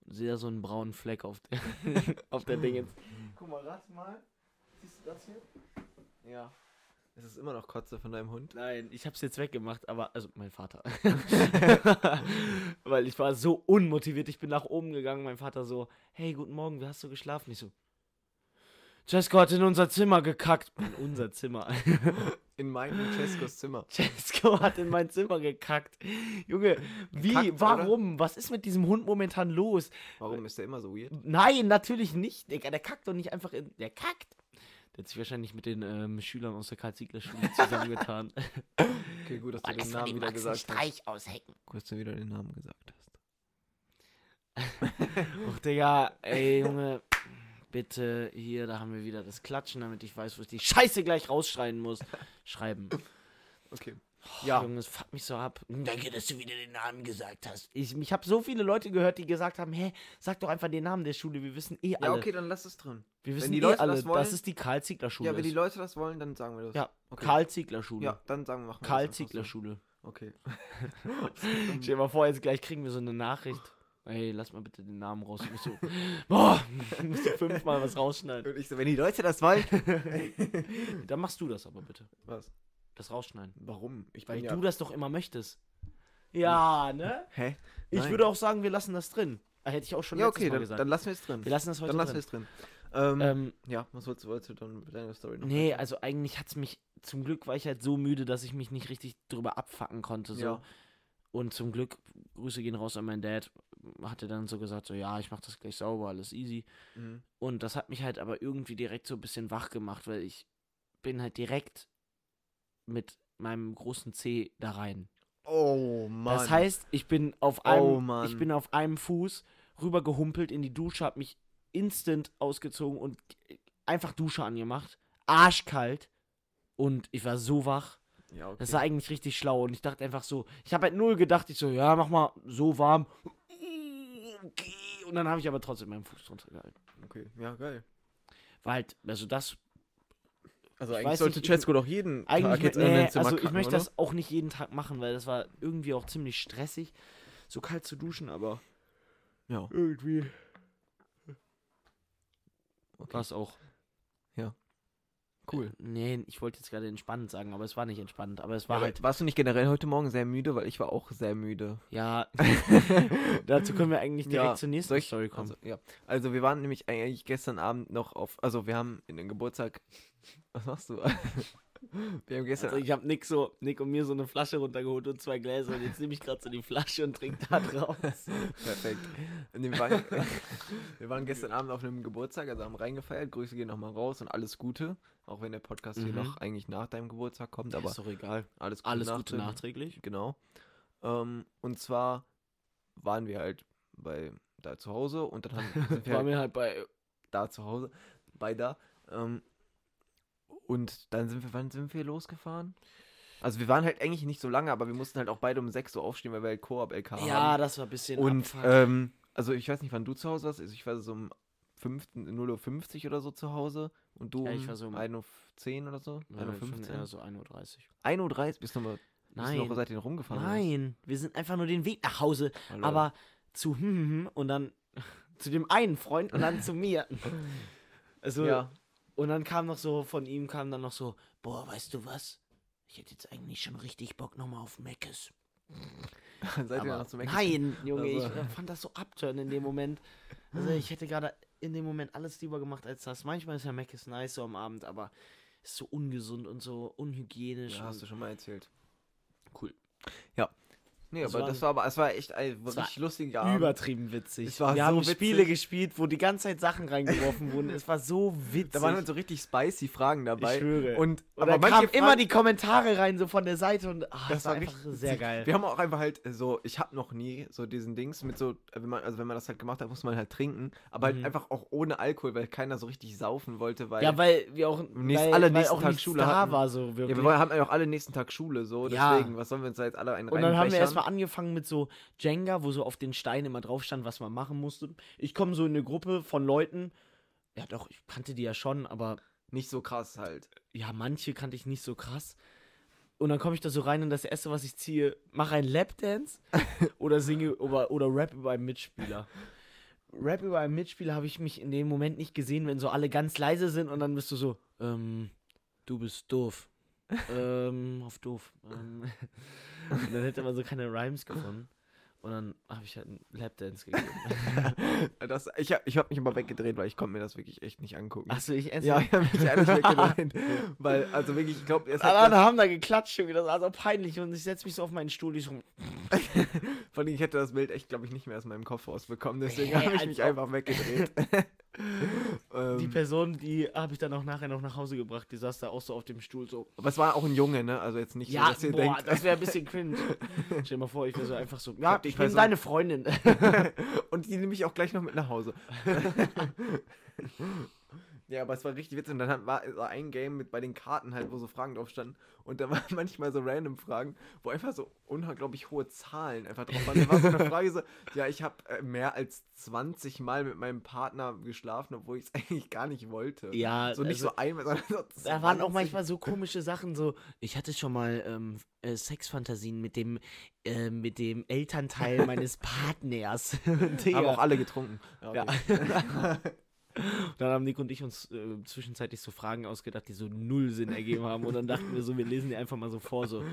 Speaker 2: und sehe da so einen braunen Fleck auf der, auf der Dingens. Guck mal, rat mal. Siehst du das hier? Ja.
Speaker 1: Es ist immer noch Kotze von deinem Hund.
Speaker 2: Nein, ich hab's jetzt weggemacht, aber, also mein Vater. Weil ich war so unmotiviert, ich bin nach oben gegangen, mein Vater so, hey, guten Morgen, wie hast du geschlafen? Ich so, Cesco hat in unser Zimmer gekackt. In unser Zimmer.
Speaker 1: In meinem Cescos Zimmer.
Speaker 2: Cesco hat in mein Zimmer gekackt. Junge, wie,
Speaker 1: Gekackt, oder?
Speaker 2: warum? Was ist mit diesem Hund momentan los?
Speaker 1: Warum ist der immer so weird?
Speaker 2: Nein, natürlich nicht. Digga, der kackt doch nicht einfach in. Der kackt. Der hat sich wahrscheinlich mit den ähm, Schülern aus der Karl-Ziegler-Schule zusammengetan.
Speaker 1: Okay, gut, dass du
Speaker 2: Alles
Speaker 1: den
Speaker 2: von
Speaker 1: Namen
Speaker 2: dem
Speaker 1: wieder
Speaker 2: Axel
Speaker 1: gesagt hast.
Speaker 2: Streich aushecken.
Speaker 1: Gut, dass du wieder den Namen gesagt hast.
Speaker 2: Och, Digga, ey, Junge. Bitte, hier, da haben wir wieder das Klatschen, damit ich weiß, wo ich die Scheiße gleich rausschreien muss. Schreiben.
Speaker 1: Okay.
Speaker 2: Ja.
Speaker 1: Ja,
Speaker 2: Junge, das fuckt mich so ab. Danke, dass du wieder den Namen gesagt hast. Ich, ich habe so viele Leute gehört, die gesagt haben, hä, sag doch einfach den Namen der Schule, wir wissen eh alle.
Speaker 1: ja okay, dann lass es drin.
Speaker 2: Wir wissen
Speaker 1: die
Speaker 2: eh
Speaker 1: Leute
Speaker 2: alle,
Speaker 1: das wollen-
Speaker 2: dass es die Karl-Ziegler-Schule
Speaker 1: Ja, wenn die
Speaker 2: ist.
Speaker 1: Leute das wollen, dann sagen wir das.
Speaker 2: Ja,
Speaker 1: okay.
Speaker 2: Karl-Ziegler-Schule.
Speaker 1: Ja, Mhm. dann sagen wir, machen wir das einfach so.
Speaker 2: Karl-Ziegler-Schule.
Speaker 1: Okay.
Speaker 2: Stell dir mal vor, jetzt gleich kriegen wir so eine Nachricht. Ey, lass mal bitte den Namen raus. Ich muss so, boah, ich muss so fünfmal was rausschneiden.
Speaker 1: Und ich so, wenn die Leute das wollen.
Speaker 2: Dann machst du das aber bitte.
Speaker 1: Was?
Speaker 2: Das rausschneiden.
Speaker 1: Warum? Ich
Speaker 2: Weil
Speaker 1: bin ja.
Speaker 2: du das doch immer möchtest. Ja, ne?
Speaker 1: Hä?
Speaker 2: Ich
Speaker 1: Nein.
Speaker 2: würde auch sagen, wir lassen das drin. Ah, Hätte ich auch schon
Speaker 1: Ja,
Speaker 2: letztes
Speaker 1: okay,
Speaker 2: Mal
Speaker 1: dann,
Speaker 2: gesagt.
Speaker 1: dann lassen wir es drin.
Speaker 2: wir lassen das heute
Speaker 1: Dann lassen wir
Speaker 2: drin.
Speaker 1: es drin. Ähm,
Speaker 2: Ähm,
Speaker 1: ja, was wolltest du, wolltest du dann mit deiner Story noch?
Speaker 2: nee, also eigentlich hat es mich, zum Glück war ich halt so müde, dass ich mich nicht richtig drüber abfacken konnte. So.
Speaker 1: Ja.
Speaker 2: Und zum Glück, Grüße gehen raus an meinen Dad, hatte dann so gesagt, so ja, ich mach das gleich sauber, alles easy.
Speaker 1: Mhm.
Speaker 2: Und das hat mich halt aber irgendwie direkt so ein bisschen wach gemacht, weil ich bin halt direkt mit meinem großen C da rein.
Speaker 1: Oh Mann.
Speaker 2: Das heißt, ich bin auf einem,
Speaker 1: Oh, Mann.
Speaker 2: ich bin auf einem Fuß rübergehumpelt in die Dusche, hab mich instant ausgezogen und einfach Dusche angemacht. Arschkalt. Und ich war so wach.
Speaker 1: ja, okay.
Speaker 2: Das war eigentlich richtig schlau. Und ich dachte einfach so, ich habe halt null gedacht, ich so, ja, mach mal so warm. Okay. Und dann habe ich aber trotzdem meinen Fuß drunter gehalten.
Speaker 1: okay. Ja, geil.
Speaker 2: War halt, also das
Speaker 1: Also
Speaker 2: Ich
Speaker 1: eigentlich
Speaker 2: weiß
Speaker 1: sollte
Speaker 2: nicht,
Speaker 1: Cesco doch jeden Tag
Speaker 2: eigentlich
Speaker 1: jetzt
Speaker 2: mö-
Speaker 1: in
Speaker 2: nee,
Speaker 1: dein Zimmer
Speaker 2: also ich
Speaker 1: kacken,
Speaker 2: möchte
Speaker 1: oder?
Speaker 2: das auch nicht jeden Tag machen, weil das war irgendwie auch ziemlich stressig, so kalt zu duschen, aber
Speaker 1: Ja,
Speaker 2: irgendwie
Speaker 1: Okay.
Speaker 2: war es auch.
Speaker 1: cool.
Speaker 2: Äh, Nee, ich wollte jetzt gerade entspannend sagen, aber es war nicht entspannend, aber es war halt
Speaker 1: Warst du nicht generell heute Morgen sehr müde? Weil ich war auch sehr müde.
Speaker 2: ja. dazu können wir eigentlich direkt
Speaker 1: Ja,
Speaker 2: zur nächsten
Speaker 1: soll ich-
Speaker 2: Story kommen.
Speaker 1: Also, ja. also wir waren nämlich eigentlich gestern Abend noch auf, also wir haben in den Geburtstag, was machst du? wir haben gestern,
Speaker 2: Also ich habe Nick so, Nick und mir so eine Flasche runtergeholt und zwei Gläser und jetzt nehme ich gerade so die Flasche und trinke da draus.
Speaker 1: perfekt, Nee, wir, waren, wir waren gestern Abend auf einem Geburtstag, also haben reingefeiert, Grüße gehen nochmal raus und alles Gute, auch wenn der Podcast hier
Speaker 2: Mhm.
Speaker 1: noch eigentlich nach deinem Geburtstag kommt, aber
Speaker 2: ist doch egal.
Speaker 1: alles Gute,
Speaker 2: Alles Gute
Speaker 1: nachträglich.
Speaker 2: nachträglich.
Speaker 1: Genau. Ähm, und zwar waren wir halt bei da zu Hause und dann haben, sind wir
Speaker 2: War
Speaker 1: halt
Speaker 2: mir halt bei
Speaker 1: da zu Hause, bei da. Ähm, und dann sind wir, wann sind wir losgefahren? Also wir waren halt eigentlich nicht so lange, aber wir mussten halt auch beide um 6 Uhr aufstehen, weil wir halt Koop LK
Speaker 2: Ja,
Speaker 1: haben.
Speaker 2: das war ein bisschen
Speaker 1: Und
Speaker 2: Abfuck.
Speaker 1: ähm, also ich weiß nicht, wann du zu Hause warst. Also ich war so um 0.50 Uhr oder so zu Hause und du
Speaker 2: Ja, ich
Speaker 1: um,
Speaker 2: war so um-
Speaker 1: 1.10 Uhr oder so?
Speaker 2: Ja, schon
Speaker 1: 1.15
Speaker 2: eher
Speaker 1: Uhr?
Speaker 2: so 1.30 Uhr.
Speaker 1: 1.30 Uhr, bist du noch, bist du
Speaker 2: Nein.
Speaker 1: noch seit denen rumgefahren? oder was?
Speaker 2: Nein, wir sind einfach nur den Weg nach Hause,
Speaker 1: Oh, lol.
Speaker 2: aber zu hm, hm, hm und dann zu dem einen Freund und dann zu mir. Also
Speaker 1: ja.
Speaker 2: und dann kam noch so von ihm kam dann noch so, boah, weißt du was? Ich hätte jetzt eigentlich schon richtig Bock nochmal auf Meckes.
Speaker 1: Seid ihr
Speaker 2: Aber
Speaker 1: noch zum Ex-
Speaker 2: Nein, Junge,
Speaker 1: Also-
Speaker 2: ich äh, fand das so abturn in dem Moment. Also ich hätte gerade in dem Moment alles lieber gemacht als das. Manchmal ist ja Meckes nice so am Abend, aber ist so ungesund und so unhygienisch.
Speaker 1: Ja,
Speaker 2: und
Speaker 1: hast du schon mal erzählt.
Speaker 2: Cool.
Speaker 1: Ja. Nee,
Speaker 2: Das
Speaker 1: aber
Speaker 2: war
Speaker 1: das
Speaker 2: ein-
Speaker 1: war aber, es war echt ein
Speaker 2: war
Speaker 1: richtig lustiger Abend.
Speaker 2: Übertrieben witzig.
Speaker 1: Es war
Speaker 2: wir
Speaker 1: so
Speaker 2: haben
Speaker 1: witzig.
Speaker 2: Spiele gespielt, wo die ganze Zeit Sachen reingeworfen wurden. Es war so witzig.
Speaker 1: Da waren halt so richtig spicy Fragen dabei.
Speaker 2: Ich schwöre.
Speaker 1: Und,
Speaker 2: und
Speaker 1: aber
Speaker 2: da kamen
Speaker 1: manche
Speaker 2: immer
Speaker 1: Fragen-
Speaker 2: die Kommentare rein, so von der Seite. Und ach,
Speaker 1: das war
Speaker 2: einfach
Speaker 1: richtig
Speaker 2: sehr geil.
Speaker 1: Wir haben auch einfach halt so, ich habe noch nie so diesen Dings mit so, wenn man, also wenn man das halt gemacht hat, muss man halt trinken, aber halt
Speaker 2: Mhm.
Speaker 1: einfach auch ohne Alkohol, weil keiner so richtig saufen wollte, weil
Speaker 2: ja, weil wir auch,
Speaker 1: nächsten-
Speaker 2: weil,
Speaker 1: alle
Speaker 2: weil
Speaker 1: nächsten
Speaker 2: auch
Speaker 1: Tag
Speaker 2: nichts
Speaker 1: Schule
Speaker 2: da
Speaker 1: hatten.
Speaker 2: war, so
Speaker 1: ja,
Speaker 2: wirklich.
Speaker 1: wir halt wollen- haben ja auch alle nächsten Tag Schule, so,
Speaker 2: Ja.
Speaker 1: deswegen, was sollen wir uns da jetzt alle einen
Speaker 2: und dann haben wir
Speaker 1: reinbechern?
Speaker 2: erstmal angefangen mit so Jenga, wo so auf den Steinen immer drauf stand, was man machen musste. Ich komme so in eine Gruppe von Leuten. Ja, doch, ich kannte die ja schon, aber
Speaker 1: nicht so krass halt.
Speaker 2: ja, manche kannte ich nicht so krass. Und dann komme ich da so rein und das Erste, was ich ziehe, mache ein Lapdance oder singe oder, oder Rap über einen Mitspieler. Rap über einen Mitspieler habe ich mich in dem Moment nicht gesehen, wenn so alle ganz leise sind und dann bist du so, ähm, du bist doof. ähm, auf doof. Ähm. Und dann hätte man so keine Rhymes gefunden. Und dann habe ich halt einen Lapdance gegeben.
Speaker 1: Das, ich habe ich hab mich immer weggedreht, weil ich konnte mir das wirklich echt nicht angucken.
Speaker 2: Achso, ich esse.
Speaker 1: ja, ich habe mich ehrlich weggedreht. Weil, also wirklich, ich glaube,
Speaker 2: Alle anderen haben da geklatscht, Junge. Das war so also peinlich. Und ich setze mich so auf meinen Stuhl. Ich so,
Speaker 1: Von ich hätte das Bild echt, glaube ich, nicht mehr aus meinem Kopf rausbekommen. Deswegen
Speaker 2: Hey, also.
Speaker 1: habe ich mich einfach weggedreht. ähm,
Speaker 2: die Person, die habe ich dann auch nachher noch nach Hause gebracht. Die saß da auch so auf dem Stuhl so.
Speaker 1: aber es war auch ein Junge, ne? Also jetzt nicht so,
Speaker 2: Ja,
Speaker 1: dass ihr
Speaker 2: boah,
Speaker 1: denkt,
Speaker 2: das wäre ein bisschen cringe. Stell dir mal vor, ich wäre so einfach so. Ja,
Speaker 1: hab die
Speaker 2: ich bin
Speaker 1: Person-
Speaker 2: deine Freundin.
Speaker 1: Und die nehme ich auch gleich noch mit nach Hause. ja, aber es war richtig witzig. Und dann hat- war war ein Game mit bei den Karten halt, wo so Fragen drauf standen. Und da waren manchmal so random Fragen, wo einfach so unglaublich hohe Zahlen einfach drauf waren. Da war so eine Frage so, ja, ich habe äh, mehr als 20 Mal mit meinem Partner geschlafen, obwohl ich es eigentlich gar nicht wollte.
Speaker 2: Ja,
Speaker 1: So nicht
Speaker 2: also-
Speaker 1: so einmal, sondern so
Speaker 2: Da waren auch
Speaker 1: 20.
Speaker 2: manchmal so komische Sachen, so, ich hatte schon mal ähm, äh, Sexfantasien mit dem, äh, mit dem Elternteil meines Partners. Digga.
Speaker 1: Haben auch alle getrunken.
Speaker 2: Ja.
Speaker 1: okay.
Speaker 2: Dann haben Nico und ich uns äh, zwischenzeitlich so Fragen ausgedacht, die so null Sinn ergeben haben. Und dann dachten wir so, wir lesen die einfach mal so vor. So,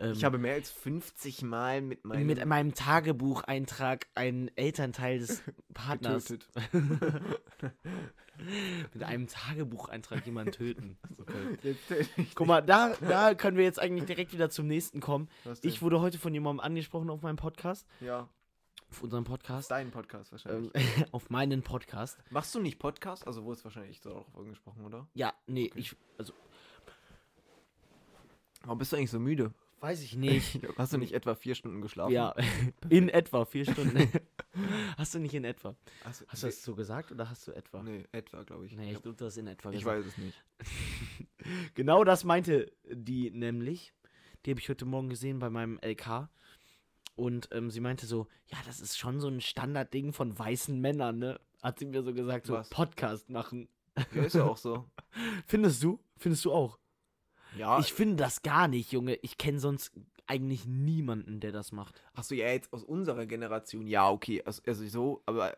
Speaker 2: ähm,
Speaker 1: Ich habe mehr als 50 Mal mit meinem
Speaker 2: mit meinem Tagebucheintrag einen Elternteil des Partners.
Speaker 1: getötet.
Speaker 2: Mit einem Tagebucheintrag jemanden töten. Okay.
Speaker 1: Jetzt töte ich
Speaker 2: Guck mal, da, da können wir jetzt eigentlich direkt wieder zum nächsten kommen.
Speaker 1: Was denn?
Speaker 2: Ich wurde heute von jemandem angesprochen auf meinem Podcast.
Speaker 1: Ja,
Speaker 2: Auf unserem
Speaker 1: ist
Speaker 2: Podcast.
Speaker 1: dein Podcast wahrscheinlich.
Speaker 2: Ähm, auf meinen Podcast.
Speaker 1: Machst du nicht Podcast? Also wo ist wahrscheinlich so auch angesprochen, oder?
Speaker 2: Ja, nee, ich. Also,
Speaker 1: Warum bist du eigentlich so müde?
Speaker 2: weiß ich nicht.
Speaker 1: Hast du nicht etwa vier Stunden geschlafen?
Speaker 2: Ja, in etwa vier Stunden. hast du nicht in etwa?
Speaker 1: Hast du,
Speaker 2: Hast du das so gesagt oder hast du etwa?
Speaker 1: Nee, etwa, glaube ich.
Speaker 2: Nee, ich glaube, du hast in etwa
Speaker 1: ich
Speaker 2: gesagt.
Speaker 1: weiß es nicht.
Speaker 2: Genau das meinte die nämlich. Die habe ich heute Morgen gesehen bei meinem LK. Und ähm, sie meinte so, ja, das ist schon so ein Standardding von weißen Männern, ne? Hat sie mir so gesagt, so
Speaker 1: Was?
Speaker 2: Podcast machen.
Speaker 1: Ja, ist ja auch so.
Speaker 2: Findest du? Findest du auch?
Speaker 1: Ja.
Speaker 2: Ich finde das gar nicht, Junge. Ich kenne sonst eigentlich niemanden, der das macht.
Speaker 1: Achso, ja, jetzt aus unserer Generation. Ja, okay. Also, also so, aber.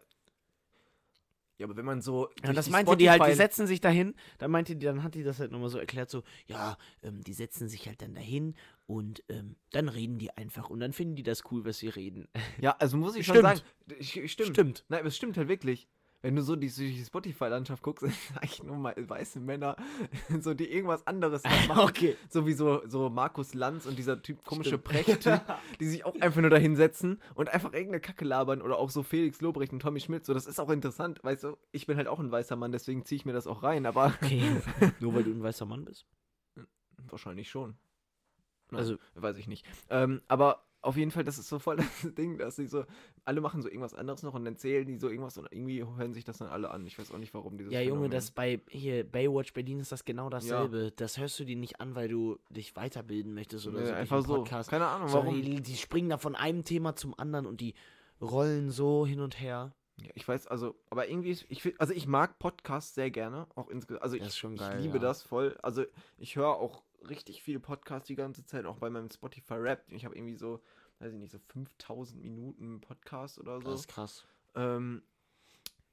Speaker 1: Ja, aber wenn man so.
Speaker 2: Ja,
Speaker 1: durch
Speaker 2: und das
Speaker 1: die
Speaker 2: meinte die halt, die
Speaker 1: Spotify-
Speaker 2: setzen sich dahin. Dann meinte die, dann hat die das halt nochmal so erklärt, so, ja, ähm, die setzen sich halt dann dahin und ähm, dann reden die einfach und dann finden die das cool, was sie reden.
Speaker 1: Ja, also muss ich schon
Speaker 2: Stimmt.
Speaker 1: sagen. d- sch- Stimmt.
Speaker 2: Stimmt.
Speaker 1: Nein, aber es stimmt halt wirklich. Wenn du so die, durch die Spotify-Landschaft guckst, sind eigentlich nur mal weiße Männer, so die irgendwas anderes halt machen.
Speaker 2: Okay.
Speaker 1: So wie so, so Markus Lanz und dieser Typ komische Precht-Typ, die sich auch einfach nur da hinsetzen und einfach irgendeine Kacke labern oder auch so Felix Lobrecht und Tommy Schmidt. So, das ist auch interessant, weißt du, ich bin halt auch ein weißer Mann, deswegen ziehe ich mir das auch rein, aber
Speaker 2: Okay. Nur weil du ein weißer Mann bist.
Speaker 1: wahrscheinlich schon.
Speaker 2: Also,
Speaker 1: Weiß ich nicht. Ähm, aber auf jeden Fall, das ist so voll das Ding, dass sie so, alle machen so irgendwas anderes noch und dann zählen die so irgendwas und irgendwie hören sich das dann alle an. Ich weiß auch nicht, warum dieses
Speaker 2: ja, Junge,
Speaker 1: Phänomen.
Speaker 2: das bei hier Baywatch Berlin ist das genau dasselbe. Das hörst du dir nicht an, weil du dich weiterbilden möchtest oder
Speaker 1: Nö,
Speaker 2: so. durch
Speaker 1: einfach
Speaker 2: den
Speaker 1: so.
Speaker 2: Podcast.
Speaker 1: Keine Ahnung,
Speaker 2: Sondern
Speaker 1: warum.
Speaker 2: Die, die springen da von einem Thema zum anderen und die rollen so hin und her.
Speaker 1: Ja, ich weiß, also, aber irgendwie, ist, ich, fi- also ich mag Podcasts sehr gerne, auch insgesamt. Also ich,
Speaker 2: Das ist schon
Speaker 1: ich
Speaker 2: geil,
Speaker 1: liebe
Speaker 2: ja.
Speaker 1: das voll. Also ich höre auch richtig viele Podcasts die ganze Zeit, auch bei meinem Spotify Rap. Ich habe irgendwie so, weiß ich nicht, so 5000 Minuten Podcast oder so.
Speaker 2: Das ist krass.
Speaker 1: Ähm,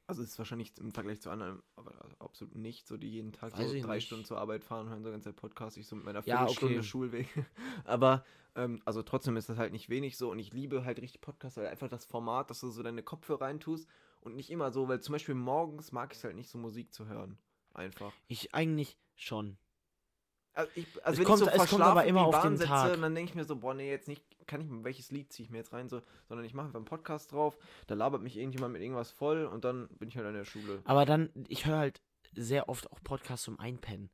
Speaker 1: also es ist wahrscheinlich im Vergleich zu anderen, aber absolut nicht, so die jeden Tag
Speaker 2: Weiß
Speaker 1: so
Speaker 2: ich
Speaker 1: drei
Speaker 2: nicht.
Speaker 1: Stunden zur Arbeit fahren, hören so ganze Zeit Podcast, ich so mit meiner
Speaker 2: Ja,
Speaker 1: Viertelstunde
Speaker 2: okay.
Speaker 1: Schulweg. Aber ähm, also trotzdem ist das halt nicht wenig so und ich liebe halt richtig Podcasts, weil einfach das Format, dass du so deine Kopfhörer reintust und nicht immer so, weil zum Beispiel morgens mag ich es halt nicht so Musik zu hören. Einfach.
Speaker 2: Ich eigentlich schon.
Speaker 1: Also, ich, also
Speaker 2: Es
Speaker 1: wenn ich
Speaker 2: kommt-
Speaker 1: so
Speaker 2: es kommt
Speaker 1: verschlafen
Speaker 2: aber immer
Speaker 1: in die
Speaker 2: auf
Speaker 1: Bahn
Speaker 2: den
Speaker 1: sitze,
Speaker 2: Tag.
Speaker 1: und dann denke ich mir so, boah, nee, jetzt nicht, kann ich mir, welches Lied ziehe ich mir jetzt rein, so, sondern ich mache einfach einen Podcast drauf, da labert mich irgendjemand mit irgendwas voll und dann bin ich halt in der Schule.
Speaker 2: Aber dann, ich höre halt sehr oft auch Podcasts zum Einpennen.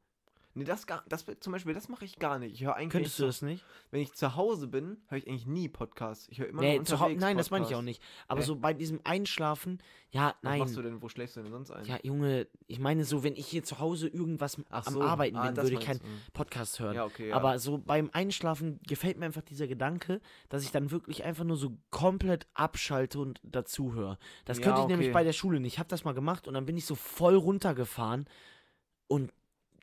Speaker 1: Nee, das gar, das zum Beispiel, das mache ich gar nicht. Ich höre eigentlich,
Speaker 2: Könntest du das nicht?
Speaker 1: wenn ich zu Hause bin, höre ich eigentlich nie Podcasts. Ich höre immer
Speaker 2: Nee,
Speaker 1: nur
Speaker 2: zu Hau-
Speaker 1: unterwegs
Speaker 2: nein, das meine ich auch
Speaker 1: Podcasts.
Speaker 2: nicht. Aber
Speaker 1: Hä?
Speaker 2: so bei diesem Einschlafen, ja,
Speaker 1: Was
Speaker 2: nein.
Speaker 1: machst du denn, wo schläfst du denn sonst ein?
Speaker 2: Ja, Junge, ich meine so, wenn ich hier zu Hause irgendwas
Speaker 1: Ach
Speaker 2: am
Speaker 1: so,
Speaker 2: Arbeiten
Speaker 1: ah,
Speaker 2: bin,
Speaker 1: das
Speaker 2: würde ich keinen
Speaker 1: meinst du, mm.
Speaker 2: Podcast hören.
Speaker 1: Ja, okay, ja.
Speaker 2: Aber so beim Einschlafen gefällt mir einfach dieser Gedanke, dass ich dann wirklich einfach nur so komplett abschalte und dazuhöre. Das
Speaker 1: Ja,
Speaker 2: könnte ich nämlich
Speaker 1: okay.
Speaker 2: bei der Schule nicht. Ich habe das mal gemacht und dann bin ich so voll runtergefahren und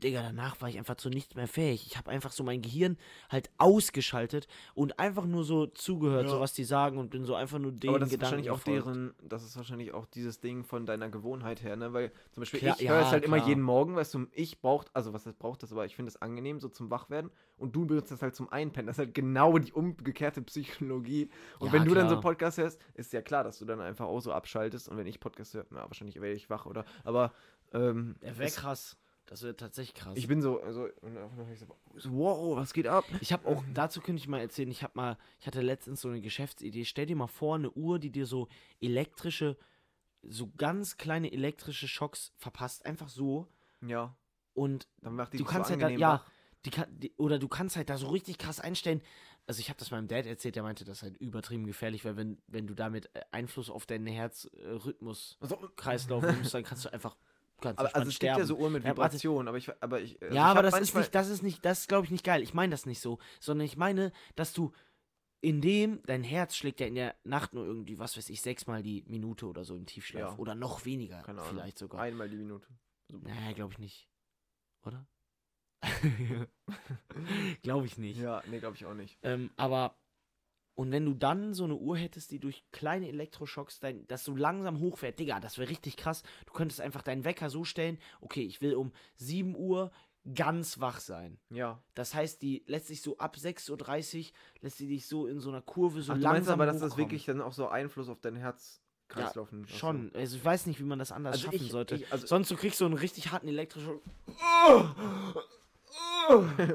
Speaker 2: Digga, danach war ich einfach zu nichts mehr fähig. Ich habe einfach so mein Gehirn halt ausgeschaltet und einfach nur so zugehört,
Speaker 1: Ja.
Speaker 2: so was die sagen und bin so einfach nur denen
Speaker 1: Aber das ist
Speaker 2: Gedanken
Speaker 1: wahrscheinlich auch
Speaker 2: gefolgt.
Speaker 1: deren, das ist wahrscheinlich auch dieses Ding von deiner Gewohnheit her, ne? Weil zum Beispiel
Speaker 2: Klar,
Speaker 1: ich höre es
Speaker 2: ja,
Speaker 1: halt immer
Speaker 2: klar.
Speaker 1: jeden Morgen, weißt du, ich braucht, also was heißt braucht das, aber ich finde es angenehm, so zum Wachwerden und du benutzt das halt zum Einpennen. Das ist halt genau die umgekehrte Psychologie. Und
Speaker 2: Ja,
Speaker 1: wenn du dann so
Speaker 2: klar.
Speaker 1: Podcast hörst, ist ja klar, dass du dann einfach auch so abschaltest und wenn ich Podcast höre, na, wahrscheinlich werde ich wach, oder? Aber ähm,
Speaker 2: Ja, wäre
Speaker 1: es-
Speaker 2: krass. Das wäre tatsächlich krass.
Speaker 1: ich bin so, also, und dann hab ich so, wow, was geht ab?
Speaker 2: Ich habe auch, dazu könnte ich mal erzählen, ich habe mal, ich hatte letztens so eine Geschäftsidee. Stell dir mal vor, eine Uhr, die dir so elektrische, so ganz kleine elektrische Schocks verpasst, einfach so.
Speaker 1: Ja,
Speaker 2: Und
Speaker 1: dann macht die
Speaker 2: du
Speaker 1: dich
Speaker 2: kannst
Speaker 1: so
Speaker 2: halt da,
Speaker 1: angenehm
Speaker 2: ja,
Speaker 1: wach.
Speaker 2: die kann, die, oder du kannst halt da so richtig krass einstellen. Also ich habe das meinem Dad erzählt, der meinte, das ist halt übertrieben gefährlich, weil wenn, wenn du damit äh, Einfluss auf deinen Herzrhythmus,
Speaker 1: So,
Speaker 2: Kreislauf nimmst, dann kannst du einfach ganz
Speaker 1: Aber also
Speaker 2: entspannt
Speaker 1: es gibt
Speaker 2: sterben.
Speaker 1: ja so Uhren mit
Speaker 2: Ja, warte.
Speaker 1: Vibration, aber ich, aber ich. also
Speaker 2: ja,
Speaker 1: ich
Speaker 2: aber
Speaker 1: hab
Speaker 2: das ist
Speaker 1: manchmal-
Speaker 2: nicht, das ist nicht, das ist glaube ich nicht geil. Ich meine das nicht so, sondern ich meine, dass du in dem, dein Herz schlägt ja in der Nacht nur irgendwie, was weiß ich, sechsmal die Minute oder so im Tiefschlaf.
Speaker 1: Ja.
Speaker 2: Oder noch weniger,
Speaker 1: Keine Ahnung.
Speaker 2: vielleicht sogar.
Speaker 1: Einmal die Minute.
Speaker 2: Naja, glaube ich nicht. Oder? glaube ich nicht.
Speaker 1: Ja, nee, glaube ich auch nicht.
Speaker 2: Ähm, aber, und wenn du dann so eine Uhr hättest, die durch kleine Elektroschocks dein, das so langsam hochfährt, Digga, das wäre richtig krass. Du könntest einfach deinen Wecker so stellen, okay, ich will um 7 Uhr ganz wach sein.
Speaker 1: Ja.
Speaker 2: Das heißt, die lässt sich so ab 6.30 Uhr, lässt sie dich so in so einer Kurve so
Speaker 1: Ach, du
Speaker 2: langsam
Speaker 1: meinst aber, dass das
Speaker 2: hochkommen.
Speaker 1: wirklich dann auch so Einfluss auf dein Herzkreislauf nimmt? Ach so.
Speaker 2: Schon. Also ich weiß nicht, wie man das anders
Speaker 1: Also
Speaker 2: schaffen
Speaker 1: ich-
Speaker 2: sollte.
Speaker 1: ich- also-
Speaker 2: Sonst du kriegst so einen richtig harten elektrischen...
Speaker 1: okay.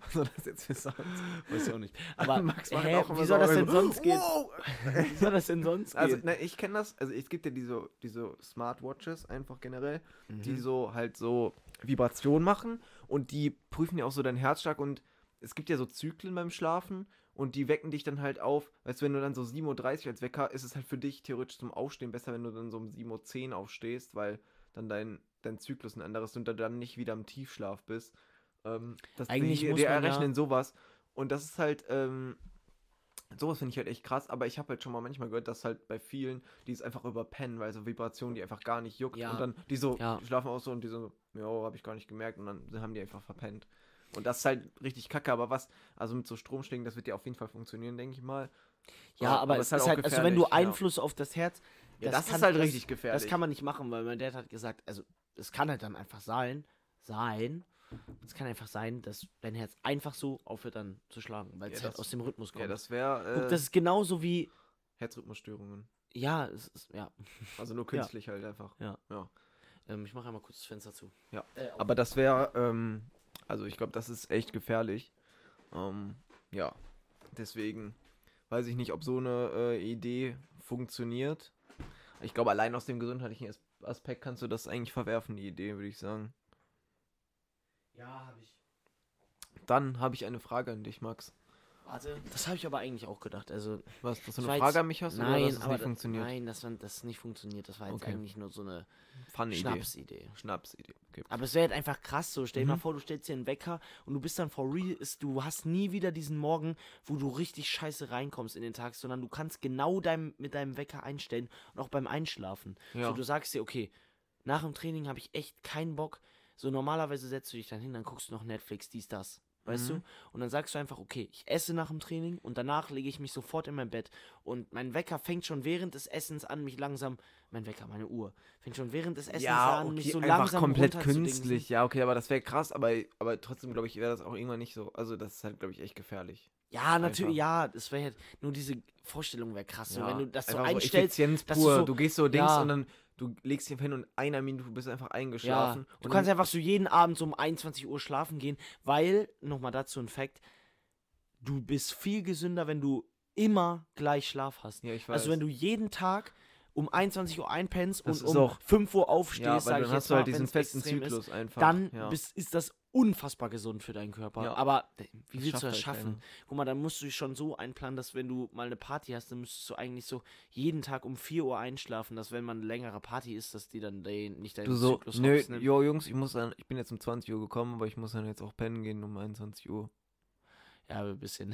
Speaker 1: Was soll das jetzt für sagen?
Speaker 2: Weiß ich auch nicht. Aber
Speaker 1: Max macht
Speaker 2: hä,
Speaker 1: auch immer
Speaker 2: wie soll
Speaker 1: so
Speaker 2: das denn
Speaker 1: Augen.
Speaker 2: sonst gehen?
Speaker 1: Wow!
Speaker 2: Wie soll das denn sonst gehen?
Speaker 1: Also, ne, ich kenne das. Also, es gibt ja diese, diese Smartwatches einfach generell,
Speaker 2: Mhm.
Speaker 1: die so halt so Vibration machen und die prüfen ja auch so deinen Herzschlag und es gibt ja so Zyklen beim Schlafen und die wecken dich dann halt auf. Weißt du, wenn du dann so 7.30 Uhr als Wecker, ist es halt für dich theoretisch zum Aufstehen besser, wenn du dann so um 7.10 Uhr aufstehst, weil dann dein, dein Zyklus ein anderes ist und dann- dann nicht wieder im Tiefschlaf bist. Ähm, das
Speaker 2: Eigentlich
Speaker 1: die,
Speaker 2: muss
Speaker 1: die
Speaker 2: man ja-
Speaker 1: errechnen sowas. Und das ist halt, ähm, sowas finde ich halt echt krass, aber ich habe halt schon mal manchmal gehört, dass halt bei vielen, die es einfach überpennen, weil so Vibrationen, die einfach gar nicht juckt
Speaker 2: Ja.
Speaker 1: und dann die so
Speaker 2: Ja.
Speaker 1: die schlafen auch so und die so, ja, habe ich gar nicht gemerkt und dann haben die einfach verpennt. Und das ist halt richtig kacke, aber was, also mit so Stromschlägen, das wird ja auf jeden Fall funktionieren, denke ich mal.
Speaker 2: Ja, aber es ist halt, also wenn du
Speaker 1: gefährlich,
Speaker 2: Einfluss auf das Herz,
Speaker 1: Ja, das ist halt richtig gefährlich.
Speaker 2: Das kann man nicht machen, weil mein Dad hat gesagt, also es kann halt dann einfach sein, sein, es kann einfach sein, dass dein Herz einfach so aufhört dann zu schlagen, weil
Speaker 1: Ja,
Speaker 2: es halt
Speaker 1: das-
Speaker 2: aus dem Rhythmus
Speaker 1: ja.
Speaker 2: kommt.
Speaker 1: Ja, das wäre äh,
Speaker 2: Guck, das ist genauso wie,
Speaker 1: Herzrhythmusstörungen.
Speaker 2: ja, es ist, ja,
Speaker 1: Also nur künstlich halt einfach.
Speaker 2: ähm, ich mache einmal kurz das Fenster zu.
Speaker 1: Ja,
Speaker 2: äh, aber
Speaker 1: Aber das wäre, ähm, also ich glaube, das ist echt gefährlich. Ähm, ja, deswegen weiß ich nicht, ob so eine äh, Idee funktioniert. Ich glaube, allein aus dem gesundheitlichen As- Aspekt kannst du das eigentlich verwerfen, die Idee, würde ich sagen.
Speaker 2: ja, habe ich.
Speaker 1: Dann habe ich eine Frage an dich, Max.
Speaker 2: Warte, das habe ich aber eigentlich auch gedacht, also
Speaker 1: Was, dass du
Speaker 2: Ich
Speaker 1: eine
Speaker 2: weiß-
Speaker 1: Frage an mich hast
Speaker 2: nein,
Speaker 1: oder dass es
Speaker 2: aber
Speaker 1: nicht
Speaker 2: da-
Speaker 1: funktioniert?
Speaker 2: nein, dass man das nicht funktioniert, das war jetzt
Speaker 1: Okay.
Speaker 2: eigentlich nur so eine
Speaker 1: Fun-Idee.
Speaker 2: Schnapsidee.
Speaker 1: Schnapsidee. Okay.
Speaker 2: Aber es wäre halt einfach krass so. Stell dir mal
Speaker 1: Mhm.
Speaker 2: vor, du stellst dir einen Wecker und du bist dann for real, ist, du hast nie wieder diesen Morgen, wo du richtig scheiße reinkommst in den Tag, sondern du kannst genau deinem, mit deinem Wecker einstellen und auch beim Einschlafen.
Speaker 1: Ja.
Speaker 2: So, du sagst dir, okay, nach dem Training habe ich echt keinen Bock. So, normalerweise setzt du dich dann hin, dann guckst du noch Netflix, dies, das. Weißt
Speaker 1: Mhm.
Speaker 2: du? Und dann sagst du einfach, okay, ich esse nach dem Training und danach lege ich mich sofort in mein Bett. Und mein Wecker fängt schon während des Essens an, mich langsam, mein Wecker, meine Uhr, fängt schon während des Essens
Speaker 1: ja,
Speaker 2: an, mich
Speaker 1: okay,
Speaker 2: so
Speaker 1: einfach
Speaker 2: langsam
Speaker 1: komplett
Speaker 2: runterzudingsen.
Speaker 1: künstlich. Ja, okay, aber das wäre krass, aber, aber trotzdem, glaube ich, wäre das auch irgendwann nicht so. Also, das ist halt, glaube ich, echt gefährlich.
Speaker 2: Ja, natürlich,
Speaker 1: Einfach.
Speaker 2: ja, das wäre halt, nur diese Vorstellung wäre krass, so,
Speaker 1: Ja,
Speaker 2: wenn du das so
Speaker 1: einfach
Speaker 2: einstellst.
Speaker 1: Effizienz
Speaker 2: dass du
Speaker 1: pur.
Speaker 2: so-
Speaker 1: Du, gehst so Dings
Speaker 2: ja.
Speaker 1: und dann du legst dich hin und in einer Minute bist du einfach
Speaker 2: ja,
Speaker 1: eingeschlafen.
Speaker 2: du
Speaker 1: und
Speaker 2: kannst
Speaker 1: dann,
Speaker 2: einfach so jeden Abend so um 21 Uhr schlafen gehen, weil, nochmal dazu ein Fact, du bist viel gesünder, wenn du immer gleich Schlaf hast.
Speaker 1: ja, ich weiß.
Speaker 2: also wenn du jeden Tag um 21 Uhr einpennst
Speaker 1: Das
Speaker 2: und
Speaker 1: ist
Speaker 2: um
Speaker 1: auch-
Speaker 2: 5 Uhr aufstehst,
Speaker 1: ja,
Speaker 2: sag
Speaker 1: weil dann
Speaker 2: ich
Speaker 1: hast
Speaker 2: jetzt
Speaker 1: du halt
Speaker 2: mal,
Speaker 1: diesen
Speaker 2: wenn's
Speaker 1: festen
Speaker 2: extrem ist,
Speaker 1: Zyklus einfach.
Speaker 2: dann
Speaker 1: ja.
Speaker 2: bist, ist das unfassbar gesund für deinen Körper.
Speaker 1: Ja.
Speaker 2: Aber wie willst
Speaker 1: schafft
Speaker 2: du das
Speaker 1: halt
Speaker 2: schaffen? Guck mal, dann musst du dich schon so einplanen, dass wenn du mal eine Party hast, dann müsstest du eigentlich so jeden Tag um 4 Uhr einschlafen, dass wenn man eine längere Party ist, dass die dann den, nicht deinen
Speaker 1: Du so,
Speaker 2: Zyklus
Speaker 1: nö,
Speaker 2: rausnimmt.
Speaker 1: jo, Jungs, ich muss dann, ich bin jetzt um 20 Uhr gekommen, aber ich muss dann jetzt auch pennen gehen um 21 Uhr.
Speaker 2: Ja, aber ein bisschen.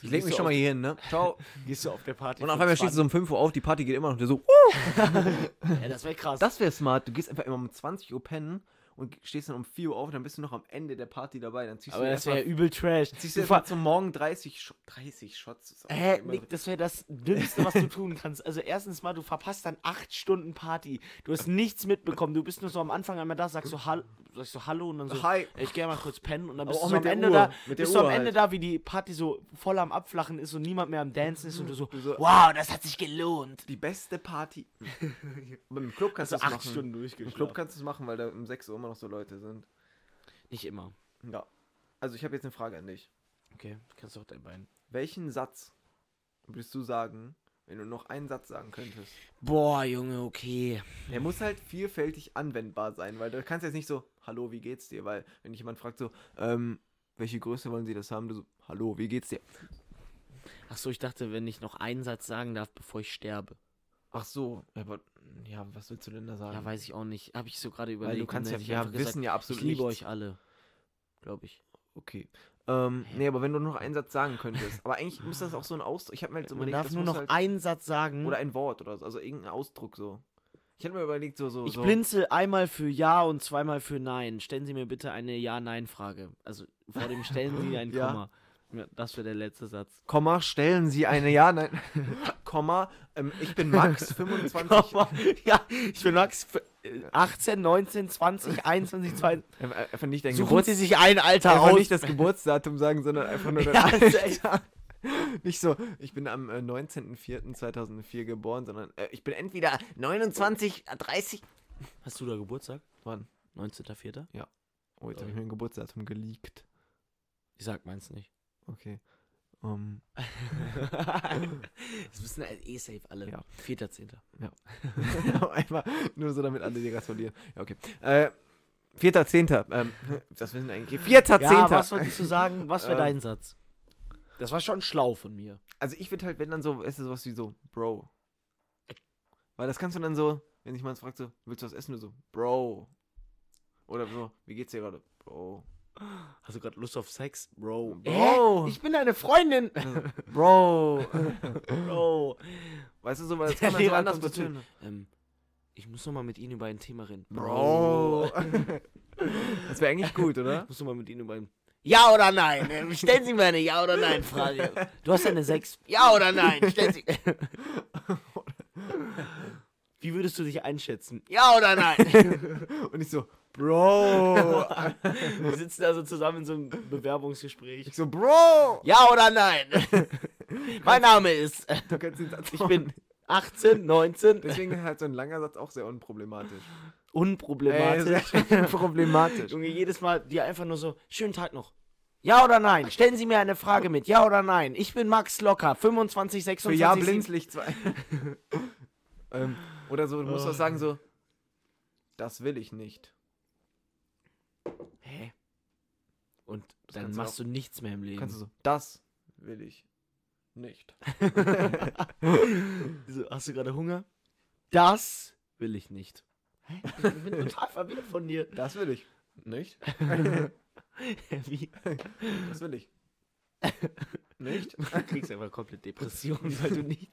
Speaker 1: Ich leg mich schon mal hier hin, ne? Ciao.
Speaker 2: Gehst du auf der Party.
Speaker 1: Und auf
Speaker 2: für
Speaker 1: einmal stehst
Speaker 2: 20.
Speaker 1: du um 5 Uhr auf, die Party geht immer noch. und Du so,
Speaker 2: Ja, das wäre krass.
Speaker 1: Das wäre smart. Du gehst einfach immer um 20 Uhr pennen und stehst dann um 4 Uhr auf, dann bist du noch am Ende der Party dabei. Dann ziehst
Speaker 2: Aber
Speaker 1: du
Speaker 2: das wäre
Speaker 1: erstmal
Speaker 2: übel trash.
Speaker 1: ziehst
Speaker 2: Du
Speaker 1: du
Speaker 2: fahr-
Speaker 1: erstmal zum Morgen 30, Sch- 30 Shots. ist auch
Speaker 2: Hä,
Speaker 1: immer
Speaker 2: Nick, das wäre das Dümmste, was du tun kannst. Also erstens mal, du verpasst dann acht Stunden Party. Du hast nichts mitbekommen. Du bist nur so am Anfang einmal da, sagst so, Hall sagst so Hallo und dann so,
Speaker 1: Hi.
Speaker 2: ich gehe mal kurz pennen und dann
Speaker 1: Aber
Speaker 2: bist
Speaker 1: auch
Speaker 2: du so am
Speaker 1: mit der
Speaker 2: Ende
Speaker 1: Uhr,
Speaker 2: da,
Speaker 1: mit der
Speaker 2: bist du am
Speaker 1: Uhr
Speaker 2: Ende
Speaker 1: halt.
Speaker 2: da, wie die Party so voll am Abflachen ist und niemand mehr am Dancen ist und du so,
Speaker 1: Du so-
Speaker 2: wow, das hat sich gelohnt.
Speaker 1: Die beste Party. Aber Im Club kannst
Speaker 2: Also
Speaker 1: du es
Speaker 2: acht
Speaker 1: machen.
Speaker 2: Stunden
Speaker 1: Im Club
Speaker 2: durchgeschlafen.
Speaker 1: kannst du es machen, weil da um 6 Uhr immer noch so Leute sind.
Speaker 2: Nicht immer.
Speaker 1: Ja. Also ich habe jetzt eine Frage an dich.
Speaker 2: Okay, du kannst auch dein Bein.
Speaker 1: Welchen Satz würdest du sagen, wenn du noch einen Satz sagen könntest?
Speaker 2: Boah, Junge, okay.
Speaker 1: Der muss halt vielfältig anwendbar sein, weil du kannst jetzt nicht so, hallo, wie geht's dir? Weil wenn dich jemand fragt so, ähm, welche Größe wollen sie das haben? Du so, hallo, wie geht's dir?
Speaker 2: Achso, ich dachte, wenn ich noch einen Satz sagen darf, bevor ich sterbe.
Speaker 1: Ach so, aber ja, was willst du denn da sagen?
Speaker 2: Ja, weiß ich auch nicht. Habe ich so gerade überlegt.
Speaker 1: weil du
Speaker 2: und
Speaker 1: kannst ja,
Speaker 2: dann hätte ich
Speaker 1: wir
Speaker 2: einfach gesagt,
Speaker 1: wissen ja absolut
Speaker 2: ich liebe
Speaker 1: nichts.
Speaker 2: euch alle. Glaube ich.
Speaker 1: Okay. Ähm, nee, aber wenn du nur noch einen Satz sagen könntest. Aber eigentlich muss das auch so ein Ausdruck. Ich habe mir halt so
Speaker 2: Man
Speaker 1: überlegt,
Speaker 2: darf
Speaker 1: das
Speaker 2: nur
Speaker 1: muss
Speaker 2: noch
Speaker 1: halt,
Speaker 2: einen Satz sagen.
Speaker 1: Oder ein Wort oder so. Also irgendein Ausdruck so. Ich hätte mir überlegt, so. so
Speaker 2: ich
Speaker 1: so,
Speaker 2: blinzel einmal für Ja und zweimal für Nein. Stellen Sie mir bitte eine Ja-Nein-Frage. Also vor dem Stellen Sie ein
Speaker 1: Ja.
Speaker 2: Komma. Ja, das wäre der letzte Satz.
Speaker 1: Komma, stellen Sie eine Ja, nein. Komma, ähm, ich bin Max, 25.
Speaker 2: Komma. ja, ich bin Max. f- äh, 18, 19, 20, 21, 22.
Speaker 1: Ähm, äh, Einfach nicht dein
Speaker 2: Suchen Sie
Speaker 1: Geburtsdatum.
Speaker 2: sich ein Alter
Speaker 1: Einfach
Speaker 2: aus.
Speaker 1: nicht das Geburtsdatum sagen, sondern einfach nur dein
Speaker 2: Ja, ist echt.
Speaker 1: Alter. Nicht so, ich bin am äh, 19.04.2004 geboren, sondern äh, ich bin entweder 29, 30.
Speaker 2: Hast du da Geburtstag?
Speaker 1: Wann?
Speaker 2: 19.04.?
Speaker 1: Oh, jetzt habe ich mein Geburtsdatum geleakt.
Speaker 2: Ich sag meins nicht.
Speaker 1: Okay. Ähm,
Speaker 2: das wissen eh safe alle.
Speaker 1: Ja.
Speaker 2: 4.10.
Speaker 1: Einfach nur so, damit alle dir gratulieren. Ja, okay. Äh, Vierter, Zehnter. Ähm, das wissen eigentlich. Vierter,
Speaker 2: Ja,
Speaker 1: Zehnter.
Speaker 2: was wolltest du sagen? Was wäre
Speaker 1: Ähm.
Speaker 2: dein Satz? Das war schon schlau von mir.
Speaker 1: Also ich würde halt, wenn dann so, ist sowas wie so, Bro. Weil das kannst du dann so, wenn dich jemand fragt, so, willst du was essen? Du so, Bro. Oder so, wie geht's dir gerade? Bro.
Speaker 2: Hast du gerade Lust auf Sex? Bro.
Speaker 1: Bro.
Speaker 2: Hä? Ich bin deine Freundin.
Speaker 1: Bro.
Speaker 2: Bro.
Speaker 1: weißt du so, weil das
Speaker 2: Der
Speaker 1: kann man so
Speaker 2: Lehrer
Speaker 1: anders
Speaker 2: kommt so zu-
Speaker 1: betonen.
Speaker 2: Ähm, ich muss noch mal mit Ihnen über ein Thema reden.
Speaker 1: Bro. das wäre eigentlich gut, oder?
Speaker 2: Ich muss noch mal mit Ihnen über ein... Ja oder nein? Ähm, Stellen Sie mir eine Ja oder Nein Frage. Du hast ja eine 6. Ja oder nein? Stellen Sie... Wie würdest du dich einschätzen? Ja oder nein?
Speaker 1: Und ich so, Bro.
Speaker 2: Wir sitzen also zusammen in so einem Bewerbungsgespräch.
Speaker 1: Ich so, Bro.
Speaker 2: Ja oder nein? mein Name ist.
Speaker 1: Du kannst den Satz
Speaker 2: Ich
Speaker 1: auch-
Speaker 2: bin 18, 19.
Speaker 1: Deswegen ist halt so ein langer Satz auch sehr unproblematisch.
Speaker 2: Unproblematisch.
Speaker 1: Ey, sehr problematisch.
Speaker 2: Junge, jedes Mal dir einfach nur so: Schönen Tag noch. Ja oder nein? Stellen Sie mir eine Frage mit. Ja oder nein? Ich bin Max Locker, 25,
Speaker 1: Für
Speaker 2: 26.
Speaker 1: ja blinzlich zwei. ähm, oder so, du musst was sagen, so, das will ich nicht.
Speaker 2: Hä? Und
Speaker 1: Das
Speaker 2: dann
Speaker 1: kannst du
Speaker 2: machst du nichts mehr im Leben.
Speaker 1: Kannst du so, das will ich nicht.
Speaker 2: So, hast du gerade Hunger? Das will ich nicht. Hä? Ich bin total verwirrt von dir.
Speaker 1: Das will ich. Nicht?
Speaker 2: Wie?
Speaker 1: Das will ich. Nicht?
Speaker 2: Du kriegst einfach komplett Depressionen, weil du nicht.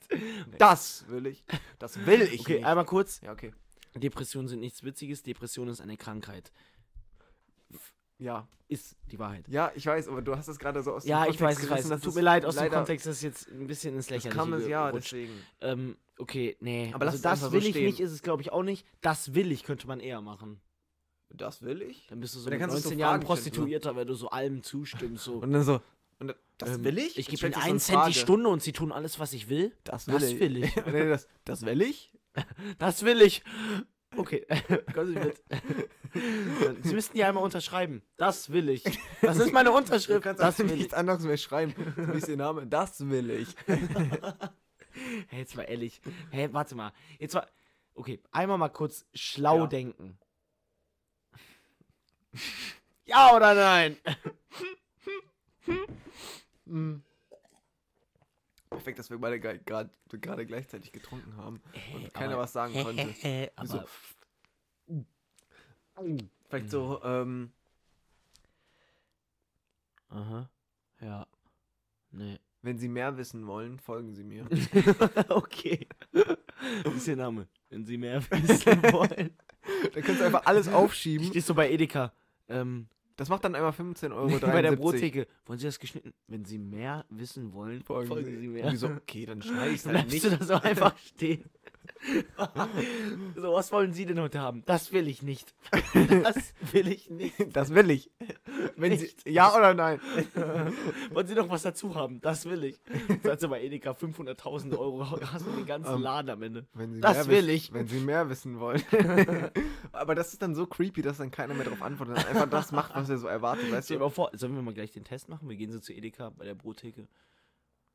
Speaker 1: Das will ich. Das will ich
Speaker 2: okay, äh,
Speaker 1: nicht.
Speaker 2: einmal kurz.
Speaker 1: Ja, okay.
Speaker 2: Depressionen sind nichts Witziges. Depression ist eine Krankheit.
Speaker 1: Ja.
Speaker 2: Ist die Wahrheit.
Speaker 1: ja, ich weiß, aber du hast das gerade so aus dem
Speaker 2: Ja, ich weiß,
Speaker 1: Kontext
Speaker 2: ich weiß.
Speaker 1: gerissen, dass
Speaker 2: Tut
Speaker 1: es
Speaker 2: mir leid, aus dem
Speaker 1: leider-
Speaker 2: Kontext das ist jetzt ein bisschen ins
Speaker 1: Das
Speaker 2: Lächerliche
Speaker 1: kam es, ja,
Speaker 2: gerutscht.
Speaker 1: deswegen.
Speaker 2: Ähm, okay, nee.
Speaker 1: Aber lass
Speaker 2: also
Speaker 1: es
Speaker 2: das
Speaker 1: einfach so
Speaker 2: will ich
Speaker 1: stehen.
Speaker 2: nicht, ist es glaube ich auch nicht. Das will ich könnte man eher machen.
Speaker 1: Das will ich?
Speaker 2: Dann bist du so
Speaker 1: Dann
Speaker 2: mit
Speaker 1: kannst du so
Speaker 2: 19 Jahren
Speaker 1: Fragen stellen, so.
Speaker 2: Prostituierter, weil du so allem zustimmst. So.
Speaker 1: Und dann so, und dann, das
Speaker 2: Ähm,
Speaker 1: will ich? Dann
Speaker 2: Ich gebe
Speaker 1: stellst
Speaker 2: ihnen
Speaker 1: du so eine
Speaker 2: einen Cent die
Speaker 1: Frage.
Speaker 2: Stunde und sie tun alles, was ich will.
Speaker 1: Das will
Speaker 2: Das
Speaker 1: ich.
Speaker 2: will ich.
Speaker 1: nee, das, das will ich?
Speaker 2: Das will ich. Okay, kommen Sie mit. Sie müssten ja einmal unterschreiben. Das will ich. Das ist meine
Speaker 1: Du
Speaker 2: Unterschrift.
Speaker 1: kannst
Speaker 2: Das
Speaker 1: auch
Speaker 2: will ich.
Speaker 1: nichts anderes mehr schreiben. So wie ist ihr Name? Das will ich.
Speaker 2: Hey, jetzt mal ehrlich. Hey, warte mal. Jetzt mal. Okay, einmal mal kurz schlau
Speaker 1: Ja.
Speaker 2: denken. Ja oder nein?
Speaker 1: Perfekt, dass wir beide ge- grad- gerade gleichzeitig getrunken haben und keiner
Speaker 2: aber-
Speaker 1: was sagen konnte.
Speaker 2: aber
Speaker 1: So. Vielleicht so, ähm,
Speaker 2: Aha. Ja. Nee.
Speaker 1: wenn Sie mehr wissen wollen, folgen Sie mir.
Speaker 2: okay. Wie ist Ihr Name? Wenn Sie mehr wissen wollen.
Speaker 1: Da kannst du einfach alles aufschieben.
Speaker 2: Stehst du bei Edeka? Ähm,
Speaker 1: Das macht dann einmal 15 Euro.
Speaker 2: bei der
Speaker 1: 73.
Speaker 2: Brottheke. Wollen Sie das geschnitten? Wenn Sie mehr wissen wollen, folgen, Sie mir.
Speaker 1: Und die so, okay, dann schneide ich es
Speaker 2: Dann
Speaker 1: halt
Speaker 2: bleibst
Speaker 1: nicht.
Speaker 2: du da so einfach stehen. so, was wollen Sie denn heute haben? Das will ich nicht. Das will ich nicht.
Speaker 1: Das will ich. Wenn sie, ja oder nein?
Speaker 2: Wollen Sie noch was dazu haben? Das will ich. Seid ihr bei Edeka 500.000 Euro, hast du den ganzen
Speaker 1: Ähm,
Speaker 2: Laden am Ende.
Speaker 1: Wenn sie
Speaker 2: Das
Speaker 1: mehr
Speaker 2: will
Speaker 1: wiss-
Speaker 2: ich.
Speaker 1: Wenn sie mehr wissen wollen. Aber das ist dann so creepy, dass dann keiner mehr darauf antwortet. Dann einfach das macht, was er so erwartet. Weißt
Speaker 2: Stell dir
Speaker 1: du?
Speaker 2: mal vor, sollen wir mal gleich den Test machen? Wir gehen so zu Edeka bei der Brottheke.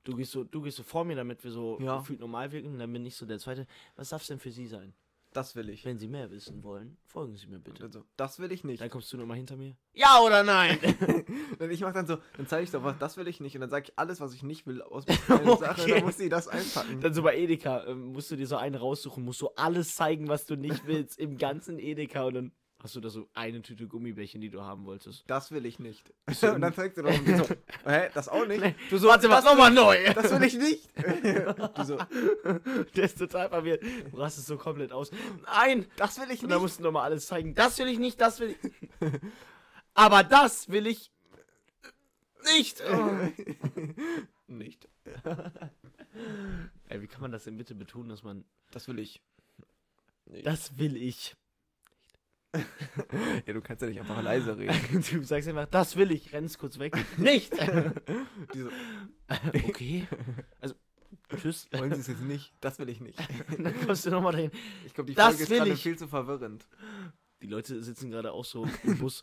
Speaker 2: Du gehst so, du gehst so vor mir, damit wir so
Speaker 1: Ja.
Speaker 2: gefühlt normal wirken, dann bin ich so der Zweite. Was darf es denn für Sie sein?
Speaker 1: Das will ich.
Speaker 2: Wenn Sie mehr wissen wollen, folgen Sie mir
Speaker 1: Und
Speaker 2: bitte.
Speaker 1: dann so, das will ich nicht.
Speaker 2: Dann kommst du nochmal hinter mir. Ja oder nein?
Speaker 1: Und ich mache dann so, dann zeige ich so, was, das will ich nicht. Und dann sage ich alles, was ich nicht will, aus meiner Sache. Und
Speaker 2: Okay.
Speaker 1: dann muss sie das einpacken.
Speaker 2: Dann so bei Edeka ähm, musst du dir so einen raussuchen, musst du alles zeigen, was du nicht willst, im ganzen Edeka und dann hast du da so eine Tüte Gummibärchen, die du haben wolltest.
Speaker 1: Das will ich nicht. Und dann zeigt sie doch und die so, hä, das auch nicht?
Speaker 2: Du so, Warte mal, nochmal neu.
Speaker 1: Das will ich nicht. Die so,
Speaker 2: Der ist total verwirrt. Du rastest so komplett aus. Nein,
Speaker 1: das will ich
Speaker 2: Und da
Speaker 1: nicht.
Speaker 2: musst du nochmal alles zeigen. Das will ich nicht, das will ich. Aber das will ich nicht. Oh.
Speaker 1: Nicht.
Speaker 2: Ey, wie kann man das denn bitte betonen, dass man.
Speaker 1: Das will ich.
Speaker 2: Das will ich.
Speaker 1: Ja, du kannst ja nicht einfach leise reden.
Speaker 2: Du sagst einfach, das will ich, rennst kurz weg. Nicht!
Speaker 1: Die so,
Speaker 2: okay. Also, tschüss.
Speaker 1: wollen sie es jetzt nicht? Das will ich nicht.
Speaker 2: Dann kommst du nochmal dahin.
Speaker 1: Ich glaube, die
Speaker 2: Das
Speaker 1: Folge ist
Speaker 2: will
Speaker 1: gerade
Speaker 2: ich.
Speaker 1: viel zu verwirrend.
Speaker 2: Die Leute sitzen gerade auch so im Bus.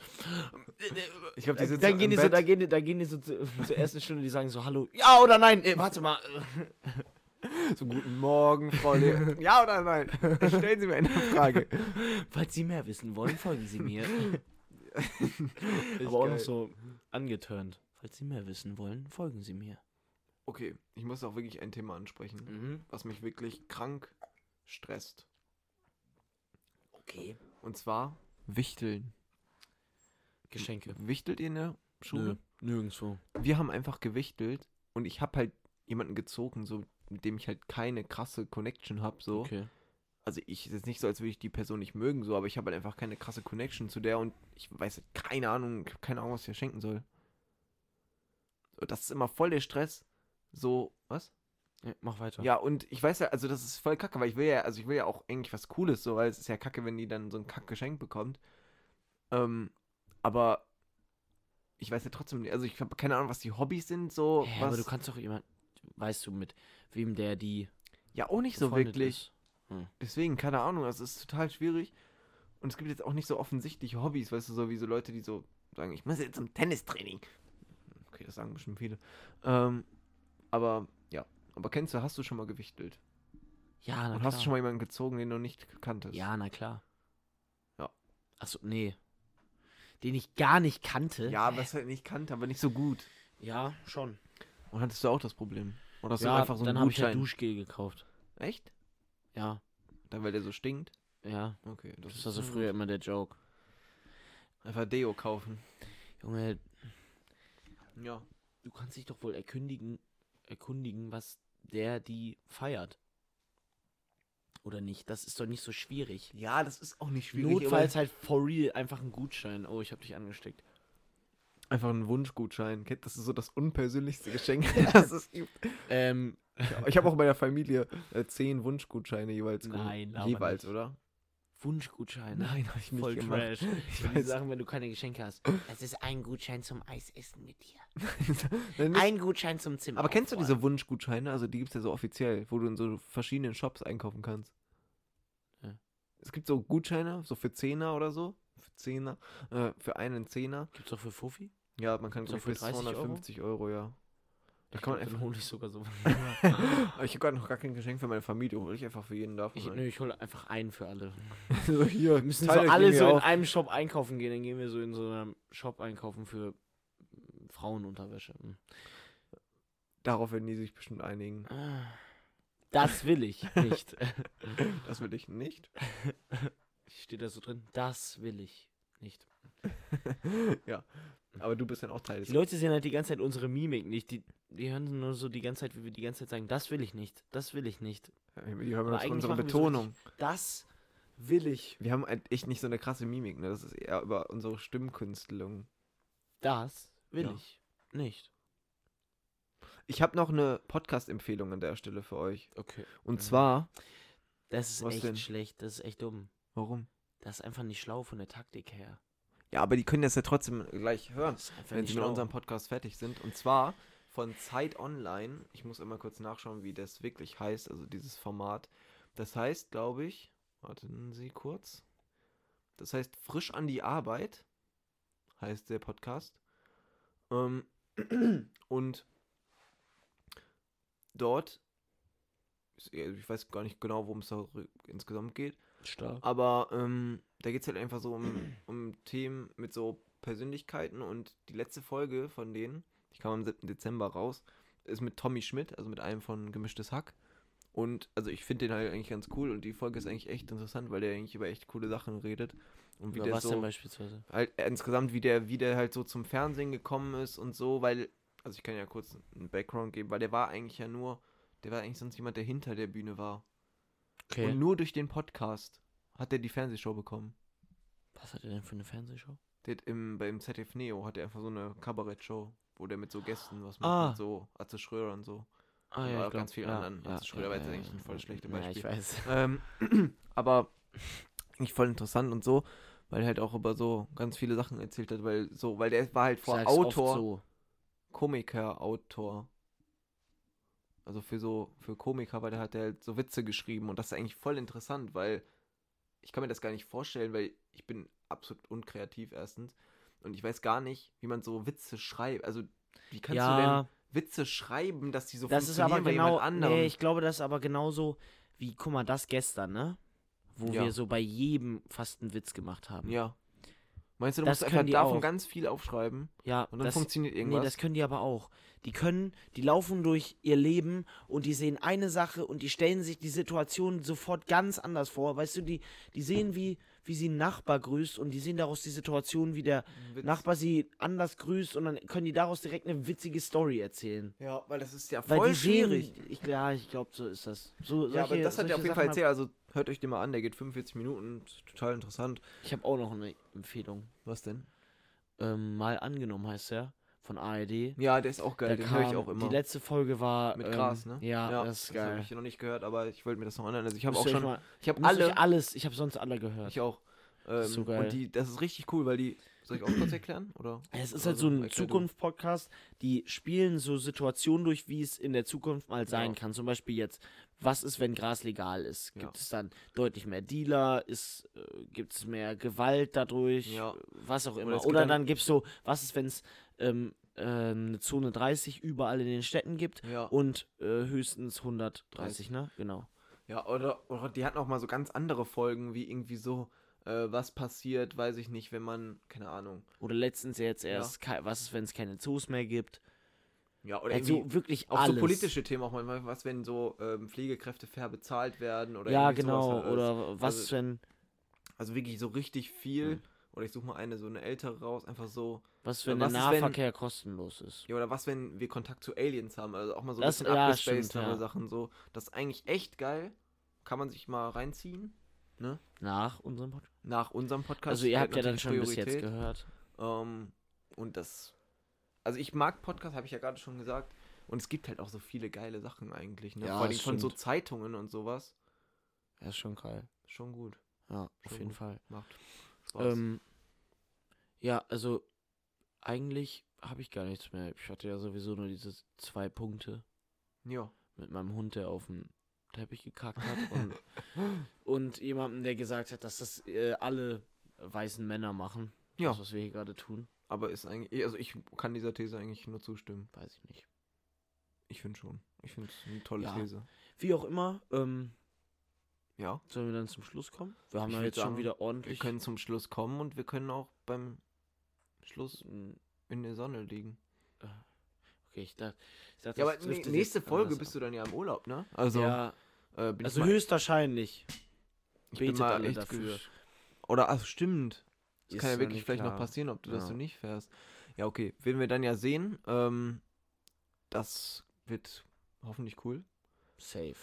Speaker 1: Ich glaube, die sitzen
Speaker 2: Äh, Dann gehen
Speaker 1: im
Speaker 2: die, so,
Speaker 1: Bett.
Speaker 2: da gehen, die- da gehen die so zu, zur ersten Stunde, die sagen so, hallo, ja oder nein, Ey, warte mal.
Speaker 1: So, guten Morgen, Frau Le Ja oder nein? Stellen Sie mir eine Frage.
Speaker 2: Falls Sie mehr wissen wollen, folgen Sie mir.
Speaker 1: Echt
Speaker 2: Aber auch noch
Speaker 1: geil.
Speaker 2: so angeturnt. Falls Sie mehr wissen wollen, folgen Sie mir.
Speaker 1: Okay, ich muss auch wirklich ein Thema ansprechen,
Speaker 2: Mhm.
Speaker 1: was mich wirklich krank stresst.
Speaker 2: Okay.
Speaker 1: Und zwar Wichteln.
Speaker 2: Geschenke.
Speaker 1: Wichtelt ihr in der Schule?
Speaker 2: nirgendwo.
Speaker 1: wir haben einfach gewichtelt und ich habe halt jemanden gezogen, so mit dem ich halt keine krasse Connection habe, so.
Speaker 2: Okay.
Speaker 1: Also ich ist jetzt nicht so, als würde ich die Person nicht mögen, so, aber ich habe halt einfach keine krasse Connection zu der und ich weiß halt keine Ahnung, ich hab keine Ahnung, was ich ihr schenken soll. So, Das ist immer voll der Stress. So, was?
Speaker 2: Ja, mach weiter.
Speaker 1: Ja, und ich weiß ja, also das ist voll kacke, weil ich will ja, also ich will ja auch eigentlich was Cooles, so, weil es ist ja kacke, wenn die dann so ein Kackgeschenk bekommt. Ähm, aber ich weiß ja trotzdem nicht, also ich habe keine Ahnung, was die Hobbys sind, so.
Speaker 2: Hä,
Speaker 1: was,
Speaker 2: aber du kannst doch jemand, weißt du, mit wem der die
Speaker 1: ja, auch nicht so
Speaker 2: befreundet
Speaker 1: wirklich.
Speaker 2: ist.
Speaker 1: Deswegen, keine Ahnung, also es ist total schwierig. Und es gibt jetzt auch nicht so offensichtliche Hobbys, weißt du, so wie so Leute, die so sagen, ich muss jetzt zum Tennistraining. Okay, das sagen bestimmt viele. Ähm, aber ja, aber kennst du, hast du schon mal gewichtelt?
Speaker 2: Ja, na
Speaker 1: und
Speaker 2: klar.
Speaker 1: hast du schon mal jemanden gezogen, den du nicht kanntest?
Speaker 2: ja, na klar.
Speaker 1: Ja.
Speaker 2: Achso, nee. Den ich gar nicht kannte.
Speaker 1: Ja, was halt nicht kannte, aber nicht so gut.
Speaker 2: Ja, schon.
Speaker 1: Und hattest du auch das Problem? Oder hast
Speaker 2: ja,
Speaker 1: du einfach so einen
Speaker 2: dann habe ich halt
Speaker 1: Gutschein?
Speaker 2: ja Duschgel gekauft.
Speaker 1: Echt?
Speaker 2: Ja,
Speaker 1: Dann, weil der so stinkt?
Speaker 2: ja.
Speaker 1: Okay,
Speaker 2: Das war so früher immer der Joke.
Speaker 1: Einfach Deo kaufen.
Speaker 2: Junge,
Speaker 1: Ja.
Speaker 2: du kannst dich doch wohl erkündigen, erkundigen, was der die feiert. Oder nicht? Das ist doch nicht so schwierig.
Speaker 1: Ja, das ist auch nicht
Speaker 2: Notfalls halt for real einfach ein Gutschein. Oh, ich hab dich angesteckt.
Speaker 1: Einfach einen Wunschgutschein. Kennt- Das ist so das unpersönlichste Geschenk, das es gibt.
Speaker 2: Ähm,
Speaker 1: Ich habe auch bei der Familie äh, zehn Wunschgutscheine jeweils. geholt.
Speaker 2: Nein, aber
Speaker 1: Jeweils,
Speaker 2: nicht.
Speaker 1: oder?
Speaker 2: Wunschgutschein.
Speaker 1: habe ich
Speaker 2: Voll trash. Ich
Speaker 1: Ich
Speaker 2: würde
Speaker 1: weiß.
Speaker 2: sagen, wenn du keine Geschenke hast. Es ist ein Gutschein zum Eisessen mit dir.
Speaker 1: Nein, nicht.
Speaker 2: Ein Gutschein zum Zimmer.
Speaker 1: Aber kennst du
Speaker 2: aufräumen.
Speaker 1: diese Wunschgutscheine? Also die gibt es ja so offiziell, wo du in so verschiedenen Shops einkaufen kannst.
Speaker 2: Ja.
Speaker 1: Es gibt so Gutscheine, so für Zehner oder so. Für Zehner, äh, für einen Zehner.
Speaker 2: Gibt's doch für Fuffi?
Speaker 1: Ja, man kann
Speaker 2: Gibt's auch
Speaker 1: glaub ich,
Speaker 2: für
Speaker 1: bis
Speaker 2: 30 Euro?
Speaker 1: 250 Euro, ja. Da kann
Speaker 2: Ich glaub,
Speaker 1: man
Speaker 2: dann
Speaker 1: einfach.
Speaker 2: hole ich sogar so.
Speaker 1: Aber ich habe gerade noch gar kein Geschenk für meine Familie, hole ich einfach für jeden davon.
Speaker 2: Ich,
Speaker 1: ein.
Speaker 2: nö, ich hole einfach einen für alle.
Speaker 1: so hier,
Speaker 2: Wir müssen
Speaker 1: teile
Speaker 2: so
Speaker 1: ich
Speaker 2: alle
Speaker 1: mir
Speaker 2: so in
Speaker 1: auf.
Speaker 2: einem Shop einkaufen gehen. Dann gehen wir so in so einem Shop einkaufen für mm, Frauenunterwäsche. Mm.
Speaker 1: Darauf werden die sich bestimmt einigen.
Speaker 2: Ah. Das will ich nicht.
Speaker 1: Das will ich nicht.
Speaker 2: Ich stehe da so drin. Das will ich nicht.
Speaker 1: ja. Aber du bist dann auch Teil
Speaker 2: Die
Speaker 1: des
Speaker 2: Leute sehen halt die ganze Zeit unsere Mimik nicht. Die, die hören nur so die ganze Zeit, wie wir die ganze Zeit sagen, das will ich nicht, das will ich nicht.
Speaker 1: Die hören
Speaker 2: Aber
Speaker 1: uns
Speaker 2: eigentlich
Speaker 1: unsere
Speaker 2: machen wir so
Speaker 1: Betonung.
Speaker 2: Das Willig.
Speaker 1: Wir haben halt echt nicht so eine krasse Mimik, ne? Das ist eher über unsere Stimmkünstelung.
Speaker 2: Das will
Speaker 1: Ja.
Speaker 2: ich nicht.
Speaker 1: Ich habe noch eine Podcast-Empfehlung an der Stelle für euch.
Speaker 2: Okay.
Speaker 1: Und
Speaker 2: Mhm.
Speaker 1: zwar.
Speaker 2: Das ist
Speaker 1: Was
Speaker 2: echt
Speaker 1: denn?
Speaker 2: schlecht. Das ist echt dumm.
Speaker 1: Warum?
Speaker 2: Das ist einfach nicht schlau von der Taktik her.
Speaker 1: Ja, aber die können das ja trotzdem gleich hören,
Speaker 2: Das ist einfach
Speaker 1: wenn
Speaker 2: nicht
Speaker 1: sie mit
Speaker 2: schlau.
Speaker 1: unserem Podcast fertig sind. Und zwar von Zeit Online. Ich muss immer kurz nachschauen, wie das wirklich heißt, also dieses Format. Das heißt, glaube ich, warten Sie kurz. Das heißt, frisch an die Arbeit heißt der Podcast. Ähm, und dort, ich weiß gar nicht genau, worum es da insgesamt geht.
Speaker 2: Stark.
Speaker 1: Aber ähm, da geht es halt einfach so um, um Themen mit so Persönlichkeiten und die letzte Folge von denen, die kam am 7. Dezember raus, ist mit Tommy Schmidt, also mit einem von Gemischtes Hack. Und also ich finde den halt eigentlich ganz cool und die Folge ist eigentlich echt interessant, weil der eigentlich über echt coole Sachen redet. Und wie
Speaker 2: Über
Speaker 1: der
Speaker 2: was denn
Speaker 1: so
Speaker 2: beispielsweise?
Speaker 1: halt insgesamt, wie der, wie der halt so zum Fernsehen gekommen ist und so, weil, also ich kann ja kurz einen Background geben, weil der war eigentlich ja nur, der war eigentlich sonst jemand, der hinter der Bühne war. Und
Speaker 2: Okay.
Speaker 1: nur durch den Podcast hat er die Fernsehshow bekommen.
Speaker 2: Was hat er denn für eine Fernsehshow?
Speaker 1: Der hat im, beim ZDF Neo hat er einfach so eine Kabarettshow, wo der mit so Gästen was
Speaker 2: Ah.
Speaker 1: macht, mit so Atze Schröder und so. Ja,
Speaker 2: Ah, ich
Speaker 1: auch
Speaker 2: glaub,
Speaker 1: ganz vielen anderen. Jetzt Schröder war jetzt eigentlich ein voll schlechtes
Speaker 2: ja,
Speaker 1: Beispiel.
Speaker 2: ich weiß.
Speaker 1: Ähm, aber eigentlich voll interessant und so, weil er halt auch über so ganz viele Sachen erzählt hat, weil so, weil der war halt vor
Speaker 2: Sag's oft
Speaker 1: Autor,
Speaker 2: So.
Speaker 1: Komiker, Autor. Also für so, für Komiker, weil der hat der halt so Witze geschrieben und das ist eigentlich voll interessant, weil ich kann mir das gar nicht vorstellen, weil ich bin absolut unkreativ erstens und ich weiß gar nicht, wie man so Witze schreibt. Also wie kannst du denn
Speaker 2: ja,
Speaker 1: Witze schreiben, dass die so
Speaker 2: das ist aber
Speaker 1: bei
Speaker 2: genau.
Speaker 1: jemand anderem?
Speaker 2: Nee, ich glaube, das ist aber genauso wie, guck mal, das gestern, ne? Wo
Speaker 1: Ja.
Speaker 2: wir so bei jedem fast einen Witz gemacht haben.
Speaker 1: ja. Meinst du, du
Speaker 2: Das
Speaker 1: musst einfach
Speaker 2: können die
Speaker 1: davon
Speaker 2: auch.
Speaker 1: ganz viel aufschreiben
Speaker 2: Ja,
Speaker 1: und dann
Speaker 2: das,
Speaker 1: funktioniert
Speaker 2: Nee,
Speaker 1: irgendwas?
Speaker 2: das können die aber auch. Die können, die laufen durch ihr Leben und die sehen eine Sache und die stellen sich die Situation sofort ganz anders vor. Weißt du, die, die sehen, wie, wie sie einen Nachbar grüßt und die sehen daraus die Situation, wie der
Speaker 1: Witz.
Speaker 2: Nachbar sie anders grüßt und dann können die daraus direkt eine witzige Story erzählen.
Speaker 1: ja, weil das ist ja
Speaker 2: Weil
Speaker 1: voll
Speaker 2: die
Speaker 1: schwierig.
Speaker 2: Sehen, ich, ja, ich glaube, so ist das. So,
Speaker 1: Ja, aber
Speaker 2: solche-
Speaker 1: das hat er auf
Speaker 2: solche
Speaker 1: jeden Fall
Speaker 2: Sachen
Speaker 1: erzählt. Also hört euch den mal an, der geht 45 Minuten, ist total interessant.
Speaker 2: hab- Ich habe auch noch eine Empfehlung.
Speaker 1: Was denn?
Speaker 2: Ähm, mal angenommen heißt der von ARD.
Speaker 1: Ja, der ist auch geil,
Speaker 2: Da
Speaker 1: den höre ich
Speaker 2: kam-
Speaker 1: auch immer.
Speaker 2: Die letzte Folge war
Speaker 1: Mit
Speaker 2: ähm,
Speaker 1: Gras, ne?
Speaker 2: Ja, das ist geil.
Speaker 1: habe ich noch nicht gehört, aber ich wollte mir das noch anhören. Also ich habe
Speaker 2: Müsst
Speaker 1: auch
Speaker 2: ihr euch
Speaker 1: schon,
Speaker 2: mal-
Speaker 1: ich habe
Speaker 2: alle,
Speaker 1: alle,
Speaker 2: ich alles, ich habe sonst alle gehört.
Speaker 1: ich auch. Ähm,
Speaker 2: ist so geil.
Speaker 1: Und die, das ist richtig cool, weil die, soll ich auch kurz erklären? Oder?
Speaker 2: es ist
Speaker 1: oder
Speaker 2: halt so ein
Speaker 1: Erklär du.
Speaker 2: Zukunft-Podcast, die spielen so Situationen durch, wie es in der Zukunft mal sein
Speaker 1: Ja.
Speaker 2: kann. Zum Beispiel jetzt, was ist, wenn Gras legal ist? Gibt
Speaker 1: Ja.
Speaker 2: es dann deutlich mehr Dealer? Ist, äh, gibt es mehr Gewalt dadurch?
Speaker 1: Ja.
Speaker 2: Äh, Was auch immer.
Speaker 1: es
Speaker 2: Oder,
Speaker 1: gibt
Speaker 2: dann,
Speaker 1: dann-
Speaker 2: gibt es so, was ist, wenn es ähm, äh, eine Zone 30 überall in den Städten gibt
Speaker 1: Ja.
Speaker 2: und äh, höchstens 130, ne? Genau.
Speaker 1: Ja, oder, oder die hatten auch mal so ganz andere Folgen, wie irgendwie so, äh, was passiert, weiß ich nicht, wenn man, keine Ahnung.
Speaker 2: Oder letztens jetzt
Speaker 1: Ja.
Speaker 2: erst, kei- was ist, wenn es keine Zoos mehr gibt?
Speaker 1: Ja, oder irgendwie
Speaker 2: Also wirklich
Speaker 1: auch
Speaker 2: alles.
Speaker 1: so politische Themen auch mal, was wenn so ähm, Pflegekräfte fair bezahlt werden oder
Speaker 2: ja,
Speaker 1: irgendwie sowas
Speaker 2: genau.
Speaker 1: halt alles.
Speaker 2: Oder was,
Speaker 1: Also-
Speaker 2: wenn,
Speaker 1: Also wirklich so richtig viel.
Speaker 2: Mhm.
Speaker 1: Oder ich suche mal eine, so eine ältere raus, einfach so.
Speaker 2: was, wenn
Speaker 1: also was
Speaker 2: der
Speaker 1: ist, wenn-
Speaker 2: Nahverkehr kostenlos ist?
Speaker 1: Ja, oder was, wenn wir Kontakt zu Aliens haben? Also auch mal so ein
Speaker 2: Das-
Speaker 1: bisschen
Speaker 2: ja,
Speaker 1: abgespaced
Speaker 2: stimmt, ja.
Speaker 1: Sachen so. Das ist eigentlich echt geil. Kann man sich mal reinziehen.
Speaker 2: Nach unserem Podcast?
Speaker 1: Nach unserem Podcast.
Speaker 2: Also, ihr
Speaker 1: hat
Speaker 2: habt ja dann
Speaker 1: natürlich
Speaker 2: schon bis jetzt
Speaker 1: Priorität.
Speaker 2: gehört.
Speaker 1: Ähm, und das. Also ich mag Podcasts, habe ich ja gerade schon gesagt. Und es gibt halt auch so viele geile Sachen eigentlich. Ne?
Speaker 2: Ja,
Speaker 1: Vor allem
Speaker 2: das
Speaker 1: von so
Speaker 2: stimmt.
Speaker 1: Zeitungen und sowas.
Speaker 2: Ja, ist schon geil.
Speaker 1: Schon gut.
Speaker 2: Ja, auf
Speaker 1: Schon
Speaker 2: jeden
Speaker 1: gut.
Speaker 2: Fall.
Speaker 1: Macht Spaß.
Speaker 2: Ähm, ja, also, eigentlich habe ich gar nichts mehr. Ich hatte ja sowieso nur diese zwei Punkte
Speaker 1: ja.
Speaker 2: mit meinem Hund, der auf dem Teppich gekackt hat. Und, und jemandem, der gesagt hat, dass das äh, alle weißen Männer machen.
Speaker 1: Ja.
Speaker 2: Das, was wir hier gerade tun,
Speaker 1: Aber ist eigentlich. Also ich kann dieser These eigentlich nur zustimmen.
Speaker 2: weiß ich nicht.
Speaker 1: Ich finde schon. Ich finde es eine tolle
Speaker 2: Ja.
Speaker 1: These.
Speaker 2: Wie auch immer, ähm,
Speaker 1: Ja.
Speaker 2: Sollen wir dann zum Schluss kommen? Wir haben
Speaker 1: Ich
Speaker 2: ja
Speaker 1: würd
Speaker 2: jetzt schon
Speaker 1: sagen,
Speaker 2: wieder
Speaker 1: Wir
Speaker 2: ordentlich.
Speaker 1: können zum Schluss kommen und wir können auch beim Schluss
Speaker 2: Mm,
Speaker 1: in der Sonne liegen.
Speaker 2: Okay, ich dachte, ich dachte
Speaker 1: Ja, aber nee, nächste Folge bist du dann ja im Urlaub, ne? Also,
Speaker 2: ja,
Speaker 1: äh, bin
Speaker 2: also
Speaker 1: ich mal,
Speaker 2: höchstwahrscheinlich.
Speaker 1: ich bin
Speaker 2: betet
Speaker 1: mal
Speaker 2: alle
Speaker 1: echt
Speaker 2: dafür.
Speaker 1: gesch- Oder, ach, stimmt. Das
Speaker 2: Ist
Speaker 1: kann ja
Speaker 2: noch
Speaker 1: wirklich
Speaker 2: nicht
Speaker 1: vielleicht noch
Speaker 2: klar.
Speaker 1: passieren, ob du das
Speaker 2: Ja.
Speaker 1: so nicht fährst. Ja, okay. Werden wir dann ja sehen. Ähm, das wird hoffentlich cool.
Speaker 2: Safe.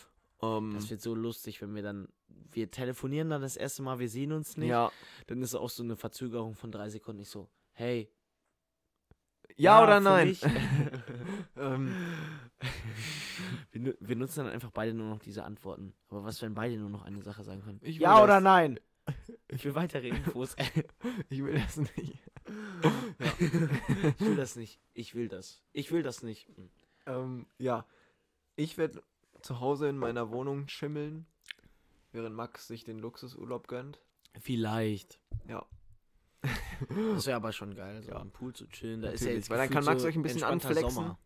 Speaker 1: Ähm,
Speaker 2: Das wird so lustig, wenn wir dann, wir telefonieren dann das erste Mal, wir sehen uns nicht.
Speaker 1: ja.
Speaker 2: Dann ist auch so eine Verzögerung von drei Sekunden. Ich so, hey.
Speaker 1: Ja, oder
Speaker 2: für
Speaker 1: nein?
Speaker 2: mich.
Speaker 1: ähm,
Speaker 2: wir, nu- wir nutzen dann einfach beide nur noch diese Antworten. Aber was, wenn beide nur noch eine Sache sagen können?
Speaker 1: Ich
Speaker 2: ja
Speaker 1: will
Speaker 2: oder
Speaker 1: das.
Speaker 2: nein? Ich will weitere Infos.
Speaker 1: ich will das nicht.
Speaker 2: ich will das nicht. Ich will das. Ich will das nicht.
Speaker 1: Ähm, ja. Ich werde zu Hause in meiner Wohnung schimmeln, während Max sich den Luxusurlaub gönnt.
Speaker 2: Vielleicht.
Speaker 1: Ja.
Speaker 2: Das wäre aber schon geil, so
Speaker 1: Ja.
Speaker 2: am Pool zu chillen. Da ist ja
Speaker 1: Natürlich,
Speaker 2: jetzt
Speaker 1: weil dann kann
Speaker 2: gefühlt
Speaker 1: Max
Speaker 2: so
Speaker 1: euch ein bisschen
Speaker 2: entspannter
Speaker 1: anflexen.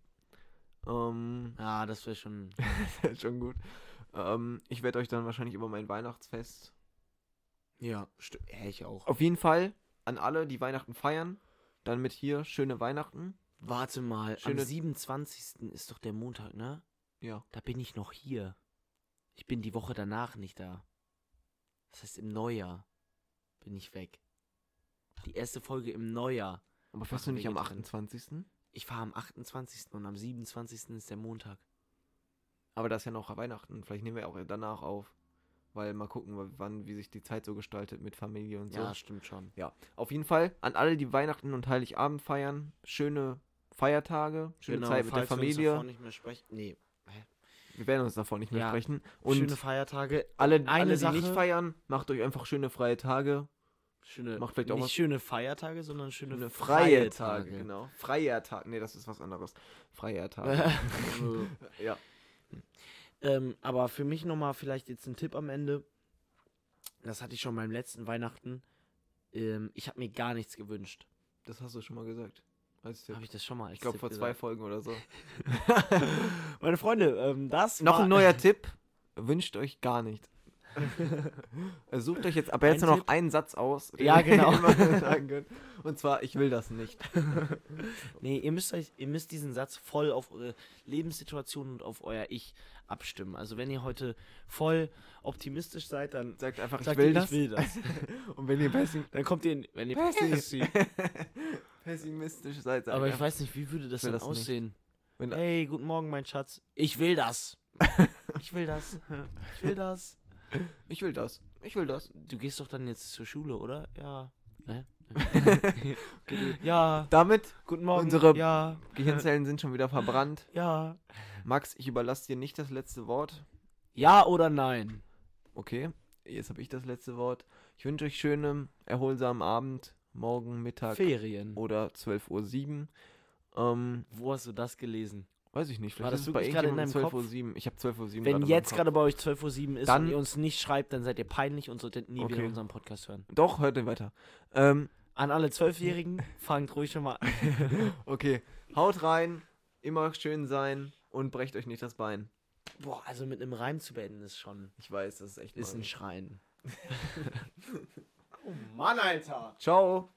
Speaker 2: Sommer.
Speaker 1: Ähm,
Speaker 2: Ja, das wäre schon.
Speaker 1: schon gut. Ähm, ich werde euch dann wahrscheinlich über mein Weihnachtsfest.
Speaker 2: Ja, st- ja, ich auch.
Speaker 1: Auf jeden Fall an alle, die Weihnachten feiern. Dann mit hier schöne Weihnachten.
Speaker 2: Warte mal,
Speaker 1: Schöne-
Speaker 2: am 27. ist doch der Montag, ne?
Speaker 1: Ja.
Speaker 2: Da bin ich noch hier. Ich bin die Woche danach nicht da. Das heißt, im Neujahr bin ich weg. Die erste Folge im Neujahr.
Speaker 1: Aber fährst du
Speaker 2: Machen
Speaker 1: nicht
Speaker 2: wir
Speaker 1: am
Speaker 2: getrennt.
Speaker 1: 28.?
Speaker 2: Ich fahre am 28. und am 27. ist der Montag.
Speaker 1: Aber das ist ja noch Weihnachten. Vielleicht nehmen wir auch danach auf. Weil mal gucken, w- wann, wie sich die Zeit so gestaltet mit Familie und so.
Speaker 2: Ja, stimmt schon.
Speaker 1: Auf jeden Fall an alle, die Weihnachten und Heiligabend feiern. Schöne Feiertage, schöne Zeit mit der
Speaker 2: Genau, falls wir uns davor
Speaker 1: Familie.
Speaker 2: Nicht mehr sprechen. Nee.
Speaker 1: Wir werden uns davon nicht mehr
Speaker 2: Ja.
Speaker 1: sprechen. Und
Speaker 2: schöne Feiertage.
Speaker 1: alle,
Speaker 2: eine
Speaker 1: alle die
Speaker 2: Sache-
Speaker 1: nicht feiern, macht euch einfach schöne freie Tage.
Speaker 2: Schöne,
Speaker 1: Macht vielleicht auch
Speaker 2: nicht
Speaker 1: was-
Speaker 2: schöne Feiertage, sondern schöne,
Speaker 1: Schöne
Speaker 2: freie
Speaker 1: freie Tage,
Speaker 2: Tage.
Speaker 1: genau. Freier Tag, nee, das ist was anderes. Freier Tag. Also, ja.
Speaker 2: Ähm, aber für mich nochmal vielleicht jetzt ein Tipp am Ende. Das hatte ich schon beim letzten Weihnachten. Ähm, ich habe mir gar nichts gewünscht.
Speaker 1: Das hast du schon mal gesagt. Als Tipp.
Speaker 2: Habe ich das schon mal? als
Speaker 1: Ich glaube
Speaker 2: Tipp
Speaker 1: vor zwei
Speaker 2: gesagt?
Speaker 1: Folgen oder so.
Speaker 2: Meine Freunde, ähm, das
Speaker 1: noch
Speaker 2: war
Speaker 1: ein neuer Tipp. Wünscht euch gar nichts. Äh, Sucht euch jetzt ab
Speaker 2: Ein
Speaker 1: jetzt nur noch
Speaker 2: Tipp?
Speaker 1: einen Satz aus, den
Speaker 2: Ja,
Speaker 1: ihr
Speaker 2: genau.
Speaker 1: immer sagen könnt. Und zwar, ich will das nicht.
Speaker 2: Nee, ihr müsst euch, ihr müsst diesen Satz voll auf eure Lebenssituation und auf euer Ich abstimmen. Also wenn ihr heute voll optimistisch seid, dann
Speaker 1: Sagt einfach,
Speaker 2: sagt
Speaker 1: ich will
Speaker 2: ihr,
Speaker 1: das.
Speaker 2: ich will das.
Speaker 1: Und wenn ihr pessim
Speaker 2: dann kommt ihr in, wenn ihr
Speaker 1: Pessi-
Speaker 2: Pessi-
Speaker 1: pessimistisch seid, sagt
Speaker 2: Aber ich
Speaker 1: einfach,
Speaker 2: weiß nicht, wie würde das
Speaker 1: will
Speaker 2: denn
Speaker 1: das nicht.
Speaker 2: aussehen?
Speaker 1: Wenn-
Speaker 2: hey, guten Morgen, mein Schatz. Ich will das. Ich will das. Ich will das.
Speaker 1: ich will das. Ich will das.
Speaker 2: Du gehst doch dann jetzt zur Schule, oder? Ja. Hä? ja.
Speaker 1: Damit,
Speaker 2: Guten Morgen.
Speaker 1: Unsere-
Speaker 2: ja.
Speaker 1: Gehirnzellen sind schon wieder verbrannt.
Speaker 2: Ja.
Speaker 1: Max, ich überlasse dir nicht das letzte Wort.
Speaker 2: Ja oder nein?
Speaker 1: Okay, jetzt habe ich das letzte Wort. Ich wünsche euch schönen, erholsamen Abend, morgen, Mittag
Speaker 2: Ferien.
Speaker 1: oder 12.07 Uhr. Ähm,
Speaker 2: Wo hast du das gelesen?
Speaker 1: weiß ich nicht,
Speaker 2: War
Speaker 1: vielleicht
Speaker 2: das
Speaker 1: ist es bei
Speaker 2: wirklich gerade in
Speaker 1: irgendjemandem
Speaker 2: deinem
Speaker 1: 12.07 Uhr. Ich habe 12.07 Uhr
Speaker 2: Wenn jetzt gerade bei euch 12.07 Uhr ist
Speaker 1: Dann-
Speaker 2: und ihr uns nicht schreibt, dann seid ihr peinlich und solltet nie wieder
Speaker 1: Okay.
Speaker 2: unseren Podcast hören.
Speaker 1: Doch, hört ihr weiter. Ähm,
Speaker 2: An alle Zwölfjährigen, fangt ruhig schon mal an.
Speaker 1: okay, haut rein, immer schön sein und brecht euch nicht das Bein.
Speaker 2: Boah, also mit einem Reim zu beenden ist schon.
Speaker 1: Ich weiß, das ist echt
Speaker 2: Ist ein
Speaker 1: mal-
Speaker 2: Schreien.
Speaker 1: Ciao.